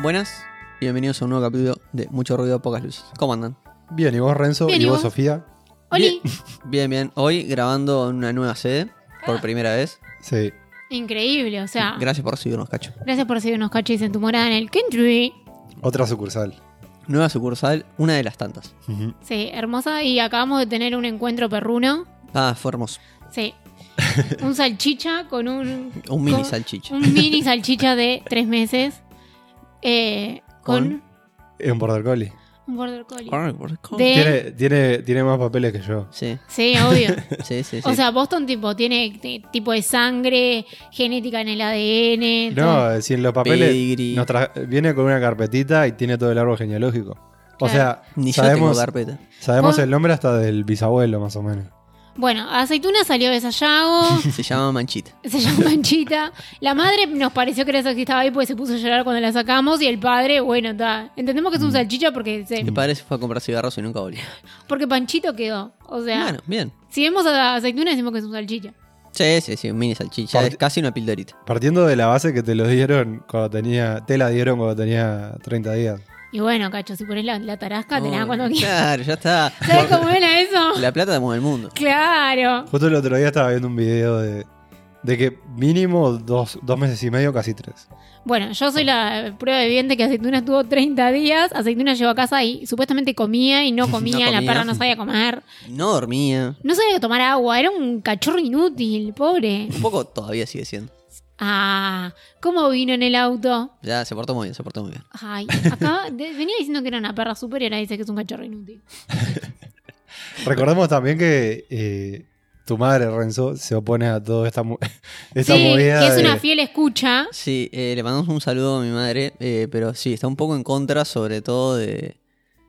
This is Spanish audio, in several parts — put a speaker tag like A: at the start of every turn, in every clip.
A: Buenas, bienvenidos a un nuevo capítulo de Mucho Ruido, Pocas Luces. ¿Cómo andan?
B: Bien, ¿y vos, Renzo?
C: Bien,
B: ¿Y
C: ¿y
B: vos,
C: vos?
B: Sofía?
C: ¡Oli!
A: Bien, bien. Hoy grabando en una nueva sede, por
C: Ah.
A: primera vez.
B: Sí.
C: Increíble, o sea.
A: Gracias por recibirnos, Cacho.
C: gracias por seguirnos, cachis, en tu morada en el country.
B: Otra sucursal.
A: Nueva sucursal, una de las tantas.
C: Sí, hermosa. Y acabamos de tener un encuentro perruno.
A: Ah, fue hermoso.
C: Sí. Un salchicha con un.
A: Un mini
C: con-
A: salchicha.
C: Un mini salchicha de tres meses. eh, con,
B: Es un border collie.
C: un border collie.
A: Ay, por co-
C: De-
B: Tiene, tiene, tiene más papeles que yo.
A: Sí,
C: Sí, obvio.
A: sí, sí. sí.
C: O sea, Boston tipo tiene t- tipo de sangre, genética en el ADN. todo.
B: No, si en los papeles
A: Pedigree.
B: nos tra- viene con una carpetita y tiene todo el árbol genealógico. O
C: Claro.
B: sea,
A: Ni yo tengo
B: sabemos,
A: carpeta.
B: sabemos
C: Vos-
B: el nombre hasta del bisabuelo, más o menos.
C: Bueno, Aceituna salió de Sayago.
A: Se llama Manchita.
C: Se llama Manchita. La madre nos pareció que era esa que estaba ahí porque se puso a llorar cuando la sacamos. Y el padre, bueno, está. Entendemos que
A: Mm.
C: es un salchicha porque, se-
A: Mi padre se fue a comprar cigarros y nunca volvió.
C: porque Panchito quedó. O sea,
A: Bueno, bien.
C: si vemos a aceituna, decimos que es un salchicha.
A: Sí, sí, sí, un mini salchicha.
B: Part-
A: Es casi una pildorita.
B: Partiendo de la base que te los dieron cuando tenía. Te la dieron cuando tenía 30 días.
C: Y bueno, cacho, si pones la, la tarasca, te la
A: Oh,
C: dan cuando quieras.
A: claro, ya está.
C: ¿Sabes cómo era eso?
A: La plata mueve el mundo.
C: Claro.
B: Justo el otro día estaba viendo un video de, de que mínimo dos, dos meses y medio, casi tres.
C: Bueno, yo soy la prueba viviente que aceituna estuvo 30 días. Aceituna llegó a casa y supuestamente comía y no comía.
A: comía.
C: La perra no sabía comer.
A: No dormía.
C: No sabía tomar agua. Era un cachorro inútil, pobre.
A: Un poco todavía sigue siendo.
C: Ah, ¿cómo vino en el auto?
A: Ya, se portó muy bien, se portó muy bien.
C: Ay, acá de- venía diciendo que era una perra super y ahora dice que es un cachorro inútil.
B: Recordemos también que eh, tu madre, Renzo, se opone a toda esta, mu- esta
C: sí,
B: movida.
C: que es una
B: de-
C: fiel escucha.
A: Sí, eh, le mandamos un saludo a mi madre, eh, pero sí, está un poco en contra sobre todo de,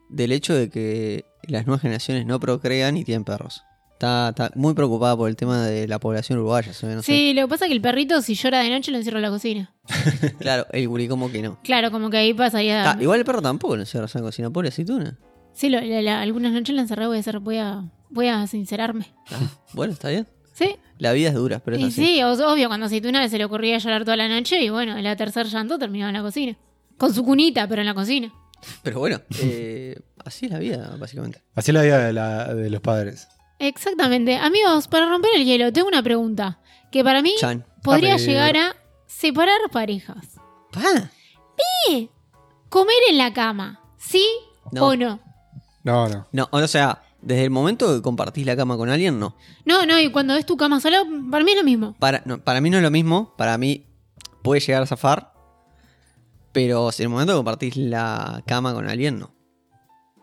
A: del hecho de que las nuevas generaciones no procrean y tienen perros. Está, está muy preocupada por el tema de la población uruguaya, se ve, no sé.
C: sí, lo que pasa es que el perrito si llora de noche lo encierro en la cocina.
A: Claro, el gurí como que no.
C: Claro, como que ahí pasaría...
A: Ah, igual el perro tampoco lo encerra en la cocina, pobre aceituna.
C: Sí, lo- la- la- algunas noches lo encerré, voy a, hacer, voy a, voy a sincerarme.
A: Ah, bueno, está bien.
C: Sí,
A: La vida es dura, pero es
C: y
A: así.
C: sí, o- obvio, cuando aceituna se le ocurría llorar toda la noche y bueno, el tercer llanto terminaba en la cocina. Con su cunita, pero en la cocina.
A: Pero bueno, eh, así es la vida, básicamente.
B: Así la vida de, la- de los padres.
C: Exactamente. Amigos, para romper el hielo, tengo una pregunta. Que para mí...
A: Chan.
C: podría
B: Dame.
C: llegar a separar parejas.
A: Pa.
C: Comer en la cama, ¿sí
A: No.
C: o no?
B: No, no.
A: No, o sea, desde el momento que compartís la cama con alguien, no.
C: No, no, y cuando es tu cama sola, para mí es lo mismo.
A: Para, no, para mí no es lo mismo, para mí puede llegar a zafar, pero si en el momento que compartís la cama con alguien, no.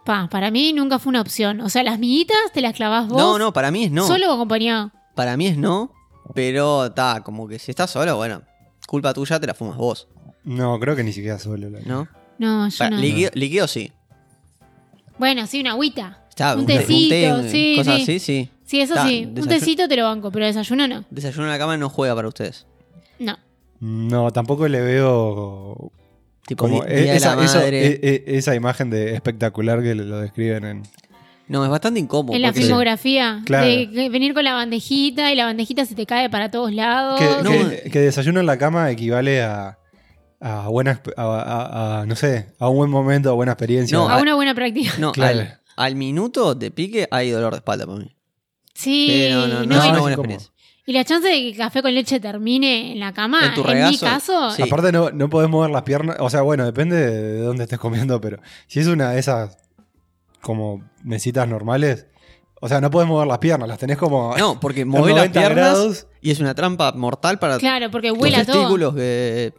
C: Pa, para mí nunca fue una opción. O sea, las miguitas te las clavas vos.
A: No, no, para mí es no.
C: Solo o acompañado.
A: Para mí es no, pero está, como que si estás solo, bueno, culpa tuya te la fumas vos,
B: No, creo que ni siquiera solo. la-
A: ¿no?
C: No, yo
A: Para-
C: no.
A: líquido, líquido sí.
C: Bueno, sí, una agüita.
A: Está,
C: un
A: té,
C: tecito, sí,
A: cosas
C: sí.
A: así, sí.
C: Sí, eso
A: Está,
C: sí. Un
A: desayuno-
C: tecito te lo banco, pero desayuno no.
A: Desayuno en la cama no juega para ustedes.
C: No.
B: No, tampoco le veo
A: Tipo,
B: como eh,
A: di- día de
B: esa,
A: la
B: eso-
A: madre.
B: e- e- esa imagen de espectacular que lo describen en.
A: no, es bastante incómodo.
C: En la
A: porque-
C: filmografía.
B: Claro.
C: De que- venir con la bandejita y la bandejita se te cae para todos lados.
B: Que,
A: no.
B: que- que desayuno en la cama equivale a, a buena exp- a, a- a- no sé, a un buen momento, a buena experiencia.
A: No,
C: A una buena práctica.
A: No,
B: Claro.
A: al, al minuto de pique hay dolor de espalda para mí.
C: Sí.
A: Sí, no, no, no,
B: no,
A: es una
B: es
A: buena
B: incómodo.
A: experiencia.
C: Y la chance de que café con leche termine en la cama,
A: En
C: en,
A: tu regazo,
C: mi caso,
A: sí.
B: Aparte no, no podés mover las piernas, o sea, bueno, depende de dónde estés comiendo, pero si es una de esas como mesitas normales, o sea, no podés mover las piernas, las tenés como
A: No, porque
B: a
A: mueve las
B: 90
A: piernas
B: grados.
A: y es una trampa mortal para
C: claro, porque
A: tus
C: vuela todo.
A: testículos que.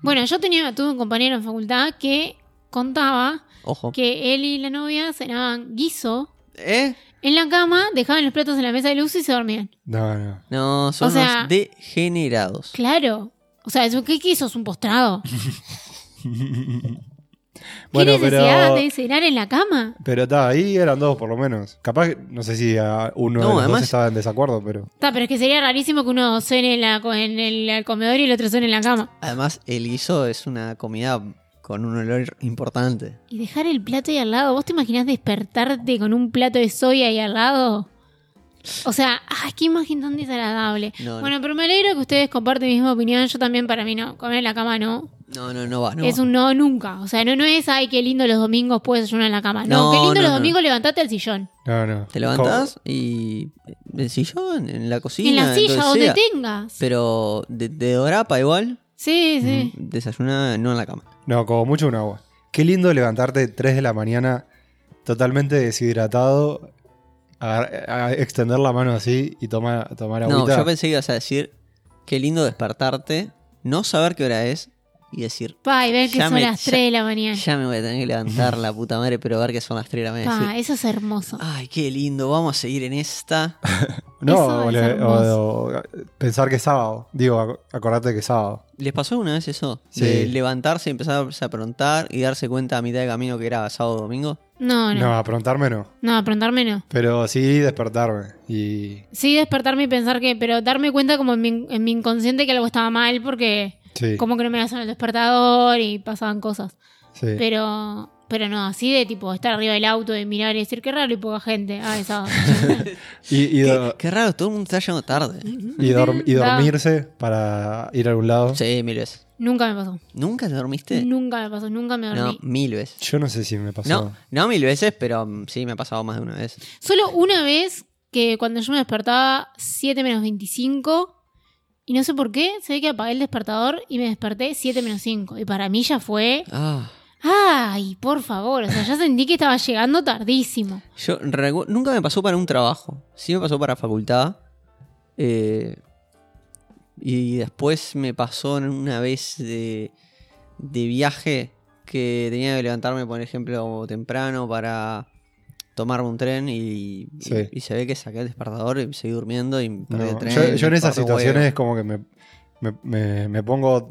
C: Bueno, yo tenía, tuve un compañero en facultad que contaba
A: Ojo.
C: que él y la novia cenaban guiso
A: ¿Eh?
C: en la cama, dejaban los platos en la mesa de luz y se dormían.
B: No, no.
A: No, son
C: O sea-
A: unos degenerados.
C: Claro. O sea, eso- ¿qué, qué sos un postrado? ¿Qué
B: Bueno,
C: necesidad
B: pero
C: de cenar en la cama?
B: pero está, ahí eran dos por lo menos. Capaz, que- no sé si a uno
A: No,
B: de los
A: además-
B: dos estaba en desacuerdo, pero
C: Ta, pero es que sería rarísimo que uno cene en, la, co- en el comedor y el otro cene en la cama.
A: Además, el guiso es una comida con un olor importante.
C: Y dejar el plato ahí al lado. ¿Vos te imaginás despertarte con un plato de soya ahí al lado? O sea, ay, qué imagen tan desagradable.
A: No, no.
C: bueno, pero me alegro que ustedes comparten mi misma opinión. Yo también, para mí, no. Comer en la cama no.
A: No, no, no va. No
C: es
A: va.
C: un no nunca. O sea, no, no es, ay, qué lindo los domingos puedes desayunar en la cama.
A: No,
C: No, qué lindo
A: no,
C: los
A: no.
C: domingos levantate al sillón.
B: No, no.
A: Te levantás y. En el sillón, en la cocina.
C: en la silla,
A: donde
C: donde
A: sea.
C: tengas.
A: Pero de, de Dorapa igual,
C: Sí,
A: Mm.
C: sí.
A: desayuna no en la cama.
B: Co- No, como mucho un agua. Qué lindo levantarte 3 de la mañana totalmente deshidratado, agar- a- extender la mano así y tomar, tomar
A: No,
B: agüita.
A: yo pensé que ibas a decir, qué lindo despertarte, no saber qué hora es y decir,
C: Pa, y ver que
A: Ya
C: son
A: me-
C: las
A: ya-
C: 3 de la mañana.
A: ya me voy a tener que levantar la puta madre, pero ver que son las 3 de la mañana. y
C: Pa,
A: decir,
C: eso es hermoso.
A: Ay, qué lindo, vamos a seguir en esta.
B: no,
C: eso
B: o
C: es
B: le-
C: hermoso.
B: o- o pensar que es sábado. Digo, ac- acordate que es sábado.
A: ¿Les pasó alguna vez eso?
B: Sí.
A: De levantarse y empezar a aprontar y darse cuenta a mitad de camino que era sábado o domingo.
C: No, no.
B: No, aprontarme no.
C: No, aprontarme no.
B: Pero sí despertarme. Y.
C: Sí, despertarme y pensar que, pero darme cuenta como en mi, en mi inconsciente que algo estaba mal porque
B: Sí.
C: como que no me hacían el despertador y pasaban cosas.
B: sí.
C: Pero pero no, así de tipo estar arriba del auto y mirar y decir qué raro y poca gente. Ah, eso.
B: Y, y
A: Qué,
B: do-
A: qué raro, todo el mundo está llegando tarde.
B: y dorm- y
C: Da.
B: dormirse para ir a algún lado.
A: Sí, mil veces.
C: Nunca me pasó.
A: ¿Nunca te dormiste?
C: Nunca me pasó, nunca me
A: no,
C: dormí.
A: mil veces.
B: Yo no sé si me pasó.
A: No, no mil veces, pero mm, sí me ha pasado más de una vez.
C: Solo una vez que cuando yo me despertaba 7 menos 25 y no sé por qué, se ve que apagué el despertador y me desperté 7 menos 5. Y para mí ya fue...
A: Ah,
C: Ay, por favor, o sea, ya sentí que estaba llegando tardísimo.
A: yo recu- nunca me pasó para un trabajo. Sí me pasó para facultad. Eh, y después me pasó en una vez de, de viaje que tenía que levantarme, por ejemplo, temprano para tomarme un tren y,
B: Sí.
A: y, y se ve que saqué el despertador y seguí durmiendo y perdí el
B: No,
A: tren.
B: yo, yo en
A: me
B: esas
A: cortó un huevo.
B: situaciones como que me, me, me- me pongo do-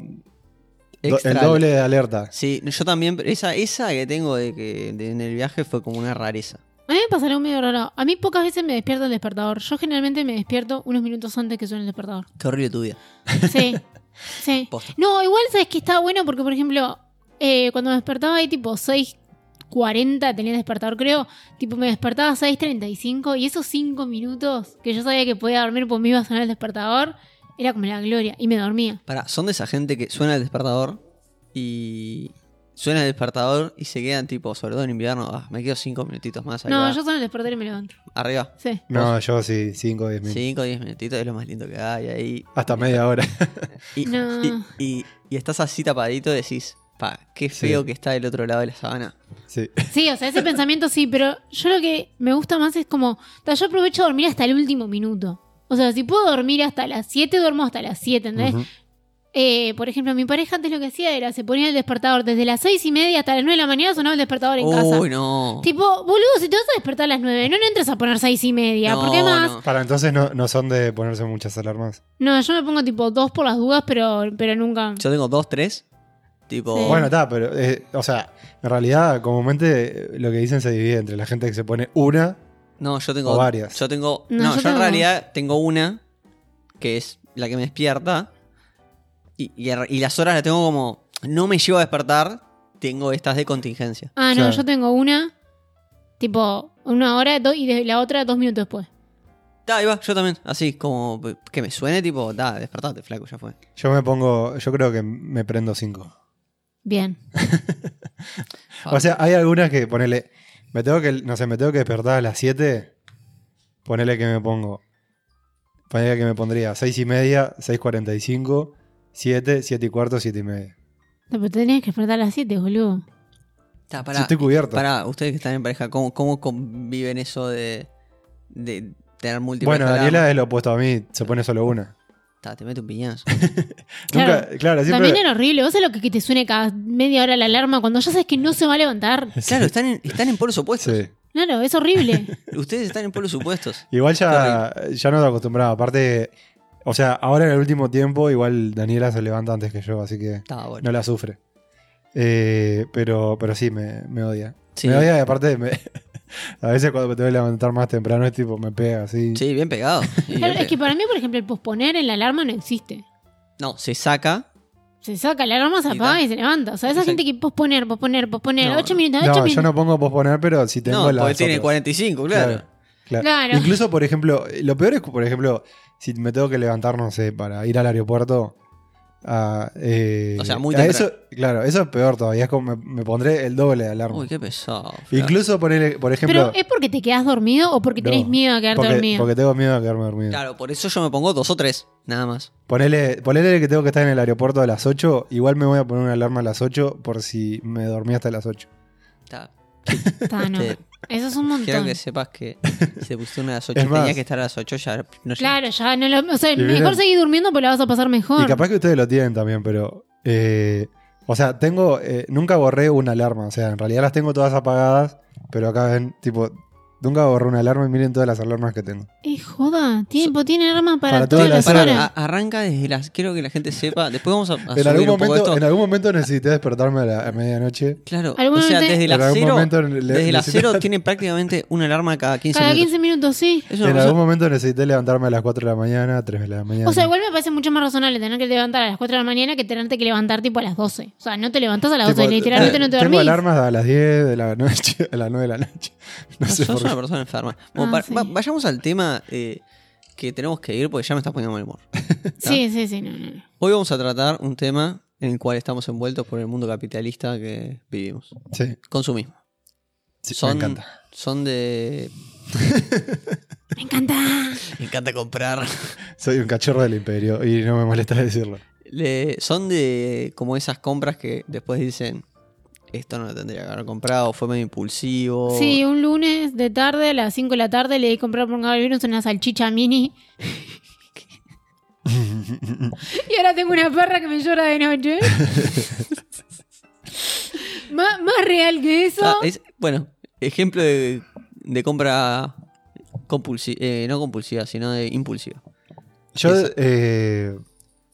A: Extra-
B: el doble de alerta.
A: Sí, yo también, pero esa, esa que tengo de que de- en el viaje fue como una rareza.
C: A mí me pasará un medio raro. A mí pocas veces me despierto el despertador. Yo generalmente me despierto unos minutos antes que suene el despertador.
A: Qué horrible tu vida.
C: Sí, sí.
A: Posta.
C: No, igual sabes que está bueno porque, por ejemplo, eh, cuando me despertaba ahí tipo 6.40, tenía despertador creo, tipo me despertaba a 6.35 y esos 5 minutos que yo sabía que podía dormir porque me iba a sonar el despertador, era como la gloria y me dormía.
A: Pará, son de esa gente que suena el despertador y. Suena el despertador y se quedan tipo, sobre todo en invierno, ah, me quedo cinco minutitos más ahí
C: No,
A: va.
C: yo sueno el despertador y me levanto.
A: Arriba.
C: Sí.
B: No, yo sí, 5 o 10 minutos.
A: Cinco, diez minutitos es lo más lindo que hay ahí.
B: Hasta media hora.
A: Y,
C: No.
A: y, y- y estás así tapadito y decís, pa, qué
B: Sí.
A: feo que está del otro lado de la sabana.
B: sí.
C: Sí, o sea, ese pensamiento sí, pero yo lo que me gusta más es como, o sea, yo aprovecho a dormir hasta el último minuto. O sea, si puedo dormir hasta las 7, duermo hasta las 7, ¿entendés?
B: Ujú.
C: Eh, por ejemplo, mi pareja antes lo que hacía era, se ponía el despertador desde las 6 y media hasta las 9 de la mañana, sonaba el despertador en casa.
A: Uy, no.
C: Tipo, boludo, si te vas a despertar a las 9, no, no entres a poner 6 y media,
A: No,
C: ¿por qué más?
A: no.
B: Para entonces no, no son de ponerse muchas alarmas.
C: No, yo me pongo tipo 2 por las dudas, pero, pero nunca...
A: Yo tengo dos, tres. Tipo.
C: Sí.
B: Bueno, está, pero, eh, o sea, en realidad comúnmente eh, lo que dicen se divide entre la gente que se pone una.
A: No, yo tengo.
B: O varias.
A: Yo tengo.
C: No,
A: No,
C: yo
A: yo,
C: tengo-
A: en realidad tengo una que es la que me despierta. Y, y er- y las horas las tengo como. No me llevo a despertar. Tengo estas de contingencia.
C: Ah, no,
B: Claro.
C: yo tengo una, tipo, una hora dos, y de- la otra dos minutos después.
A: Ta, ahí va, yo también. Así, como que me suene, tipo, da, despertate, flaco, ya fue.
B: Yo me pongo, yo creo que me prendo 5.
C: Bien.
A: Ah.
B: O sea, hay algunas que ponele. Me tengo que, no sé, me tengo que despertar a las 7. Ponele que me pongo. Ponele que me pondría 6 y media, 6.45, 7, 7 y cuarto, 7 y media.
C: No, pero te tenías que despertar a las 7, boludo.
A: Ta,
B: Sí,
A: pará,
B: estoy cubierto.
A: pará, ustedes que están en pareja, ¿cómo, cómo conviven eso de, de tener múltiples
B: bueno,
A: alarmas?
B: Daniela es lo opuesto a mí, se pone solo una.
A: Ta, te mete un piñazo.
C: Claro.
B: Nunca, claro, siempre.
C: También era horrible. ¿Vos sabés lo que, que te suene cada media hora la alarma cuando ya sabes que no se va a levantar?
A: Claro, están en, están en polos opuestos.
B: Sí.
C: Claro, es horrible.
A: Ustedes están en polos opuestos.
B: Igual ya, ya no te acostumbraba. Aparte, o sea, ahora en el último tiempo, igual Daniela se levanta antes que yo, así que
A: Está bueno.
B: no la sufre. Eh, pero, pero sí, me, me odia.
A: Sí.
B: Me odia y aparte, me- a veces cuando me tengo que levantar más temprano, es tipo, me pega así.
A: Sí, bien pegado. Sí, bien
C: Claro, es
A: pegado.
C: que para mí, por ejemplo, el posponer en la alarma no existe.
A: No, se saca.
C: Se saca la alarma, se
A: Y
C: apaga
A: da.
C: y se levanta. O sea, esa
A: Exacto.
C: gente que posponer, posponer, posponer.
A: No,
C: ocho
A: no.
C: minutos, ocho
B: No, yo
C: minutos.
B: no pongo posponer, pero si tengo
A: No,
B: las
A: porque tiene
B: otras.
A: 45, claro.
B: Claro. Claro.
C: Claro.
B: Incluso, por ejemplo, lo peor es, por ejemplo, si me tengo que levantar, no sé, para ir al aeropuerto. a, eh,
A: O sea, muy
B: a
A: temprano.
B: eso, Claro, eso es peor todavía. Es como me, me pondré el doble de alarma.
A: Uy, qué pesado. Fran.
B: Incluso, ponele, por ejemplo.
C: ¿Pero es porque te quedas dormido o porque
B: No,
C: tenés miedo a quedarte
B: porque,
C: dormido?
B: porque tengo miedo a quedarme dormido.
A: Claro, por eso yo me pongo dos o tres, nada más.
B: Ponele, ponele que tengo que estar en el aeropuerto a las 8. Igual me voy a poner una alarma a las 8 por si me dormí hasta las 8.
A: Está.
C: Está, Ah, no.
A: Este,
C: Eso es un
A: Quiero
C: montón.
A: que sepas que se pusieron a las 8
B: Es
A: y tenía
B: más.
A: que estar a las 8 ya. No sé.
C: Claro, ya no lo. O sea,
B: Y miren-
C: mejor seguir durmiendo, pero la vas a pasar mejor.
B: Y capaz que ustedes lo tienen también, pero. eh, o sea, tengo. eh, nunca borré una alarma. O sea, en realidad las tengo todas apagadas, pero acá ven, tipo. Nunca borré una alarma y miren todas las alarmas que tengo.
C: Eh, joda, tiempo, tiene armas para,
B: Para
C: todas
B: todas
C: las
B: las
A: Pará,
C: horas.
A: a- arranca desde las. Quiero que la gente sepa. Después vamos a, a
B: En
A: subir
B: algún,
A: Ah, un poco
B: momento, en
A: esto.
B: algún momento necesité despertarme a la a medianoche.
A: Claro, o
C: algún
A: sea,
C: momento-
A: desde
B: en
A: las
B: algún
A: 0
B: momento le-
A: desde las
B: necesito-
A: 0 tiene prácticamente una alarma cada 15
C: Cada
A: minutos.
C: 15 minutos, sí.
A: Es una
B: En
A: cosa-
B: algún momento necesité levantarme a las 4 de la mañana, 3 de la mañana.
C: O sea, igual me parece mucho más razonable tener que levantar a las 4 de la mañana que tenerte que levantar tipo a las 12. O sea, no te levantás a las 12,
B: Tipo,
C: literalmente
B: eh,
C: no te
B: Tengo
C: dormís.
B: alarmas a las 10 de la noche, a las 9 de la noche. No
A: No,
B: sé
A: sos
B: por
A: una
B: qué.
A: persona enferma. Bueno,
C: Ah,
A: para-
C: sí.
A: va- vayamos al tema eh, que tenemos que ir porque ya me estás poniendo mal humor.
C: Sí, sí, sí, no, no, no.
A: Hoy vamos a tratar un tema en el cual estamos envueltos por el mundo capitalista que vivimos.
B: Sí,
A: Consumismo.
B: sí,
A: son,
B: me encanta.
A: son de...
C: Me encanta.
A: Me encanta comprar.
B: Soy un cachorro del imperio y no me molesta decirlo.
A: Le- son de como esas compras que después dicen, esto no lo tendría que haber comprado, fue medio impulsivo.
B: Oh.
C: Sí, un lunes de tarde, a las 5 de la tarde, le di comprar por coronavirus una salchicha mini. y ahora tengo una perra que me llora de noche. Má- más real que eso.
A: Ah, es- bueno, ejemplo de, de compra compulsiva, no compulsiva, sino de impulsiva.
B: Yo,
A: Eso.
B: eh,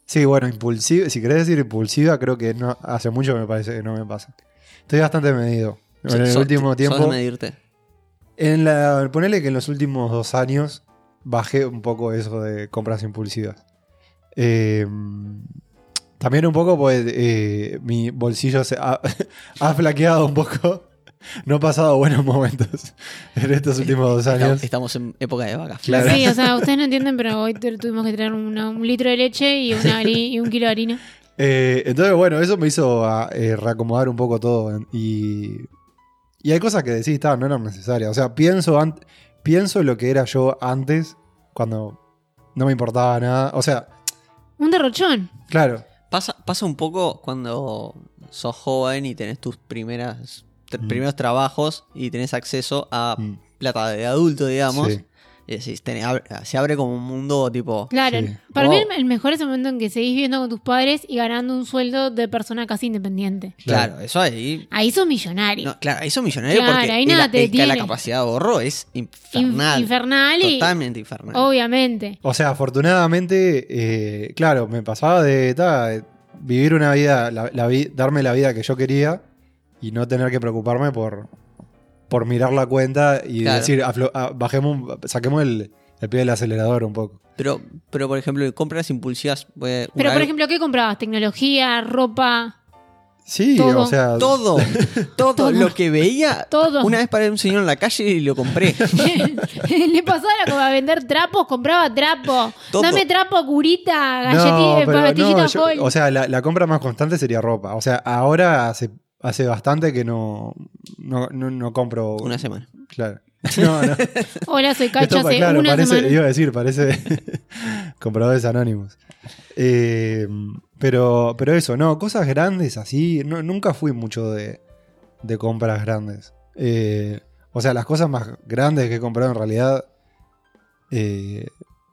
B: sí, bueno, impulsiva, si querés decir impulsiva, creo que no, hace mucho me parece que no me pasa. Estoy bastante medido. En el
A: Sos-
B: último
A: sos de
B: tiempo,
A: medirte.
B: en la, ponele que en los últimos dos años bajé un poco eso de compras impulsivas. Eh, también un poco, pues eh, mi bolsillo se ha, ha flaqueado un poco. No he pasado buenos momentos en estos últimos dos años.
A: Estamos en época de vacas.
B: Claro.
C: Sí, o sea, ustedes no entienden, pero hoy tu- tuvimos que traer una- un litro de leche y, una hari- y un kilo de harina.
B: Eh, entonces, bueno, eso me hizo a, eh, reacomodar un poco todo. en- Y, y hay cosas que decís, "Ta, no eran necesarias. O sea, pienso, an- pienso lo que era yo antes, cuando no me importaba nada. O sea,
C: Un derrochón.
B: claro,
A: Pasa, pasa un poco cuando sos joven y tenés tus primeras tr-
B: Mm.
A: primeros trabajos y tenés acceso a
B: Mm.
A: plata de adulto, digamos.
B: Sí.
A: Y decís, "Tené- abre- se abre como un mundo tipo.
C: Claro,
B: Sí. Oh.
C: para mí
A: Wow.
C: el, el mejor es el momento en que seguís viviendo con tus padres y ganando un sueldo de persona casi independiente.
A: Claro,
B: Claro.
A: eso ahí.
C: Ahí sos millonario.
A: no, claro, ahí sos millonario
C: Claro,
A: porque
C: ahí
A: el-
C: nada te
A: el- la
C: detiene.
A: capacidad de ahorro es
C: In-
A: infernal.
C: infernal y
A: Totalmente infernal.
C: obviamente.
B: O sea, afortunadamente, eh, claro, me pasaba de, ta, de vivir una vida, la- la vi- darme la vida que yo quería y no tener que preocuparme por, por mirar la cuenta y
A: Claro.
B: decir, aflo- ah, bajemos, un- saquemos el, el pie del acelerador un poco.
A: Pero, pero, por ejemplo, compras impulsivas. eh, una
C: Pero, por
A: vez-
C: ejemplo, ¿qué comprabas? Tecnología, ropa,
B: Sí,
C: Todo.
B: o sea,
A: Todo, todo,
C: Todo.
A: lo que veía.
C: todo.
A: Una vez paré a un señor en la calle y lo compré.
C: Le pasaba como a vender trapos, compraba trapo.
A: Todo.
C: Dame trapo, curita,
B: No,
C: galletita,
B: pero
C: pastillita
B: no, yo-
C: Hall.
B: o sea, la, la compra más constante sería ropa. O sea, ahora hace, hace bastante que no, no, no, no compro.
A: Una semana.
B: Claro. No, no.
C: Hola, soy Cacho,
B: Esto pa-
C: hace
B: claro,
C: una
B: parece,
C: semana.
B: iba a decir, parece compradores anónimos. Eh, pero, pero eso, no, cosas grandes así, no- nunca fui mucho de, de compras grandes. Eh, o sea, las cosas más grandes que he comprado en realidad eh,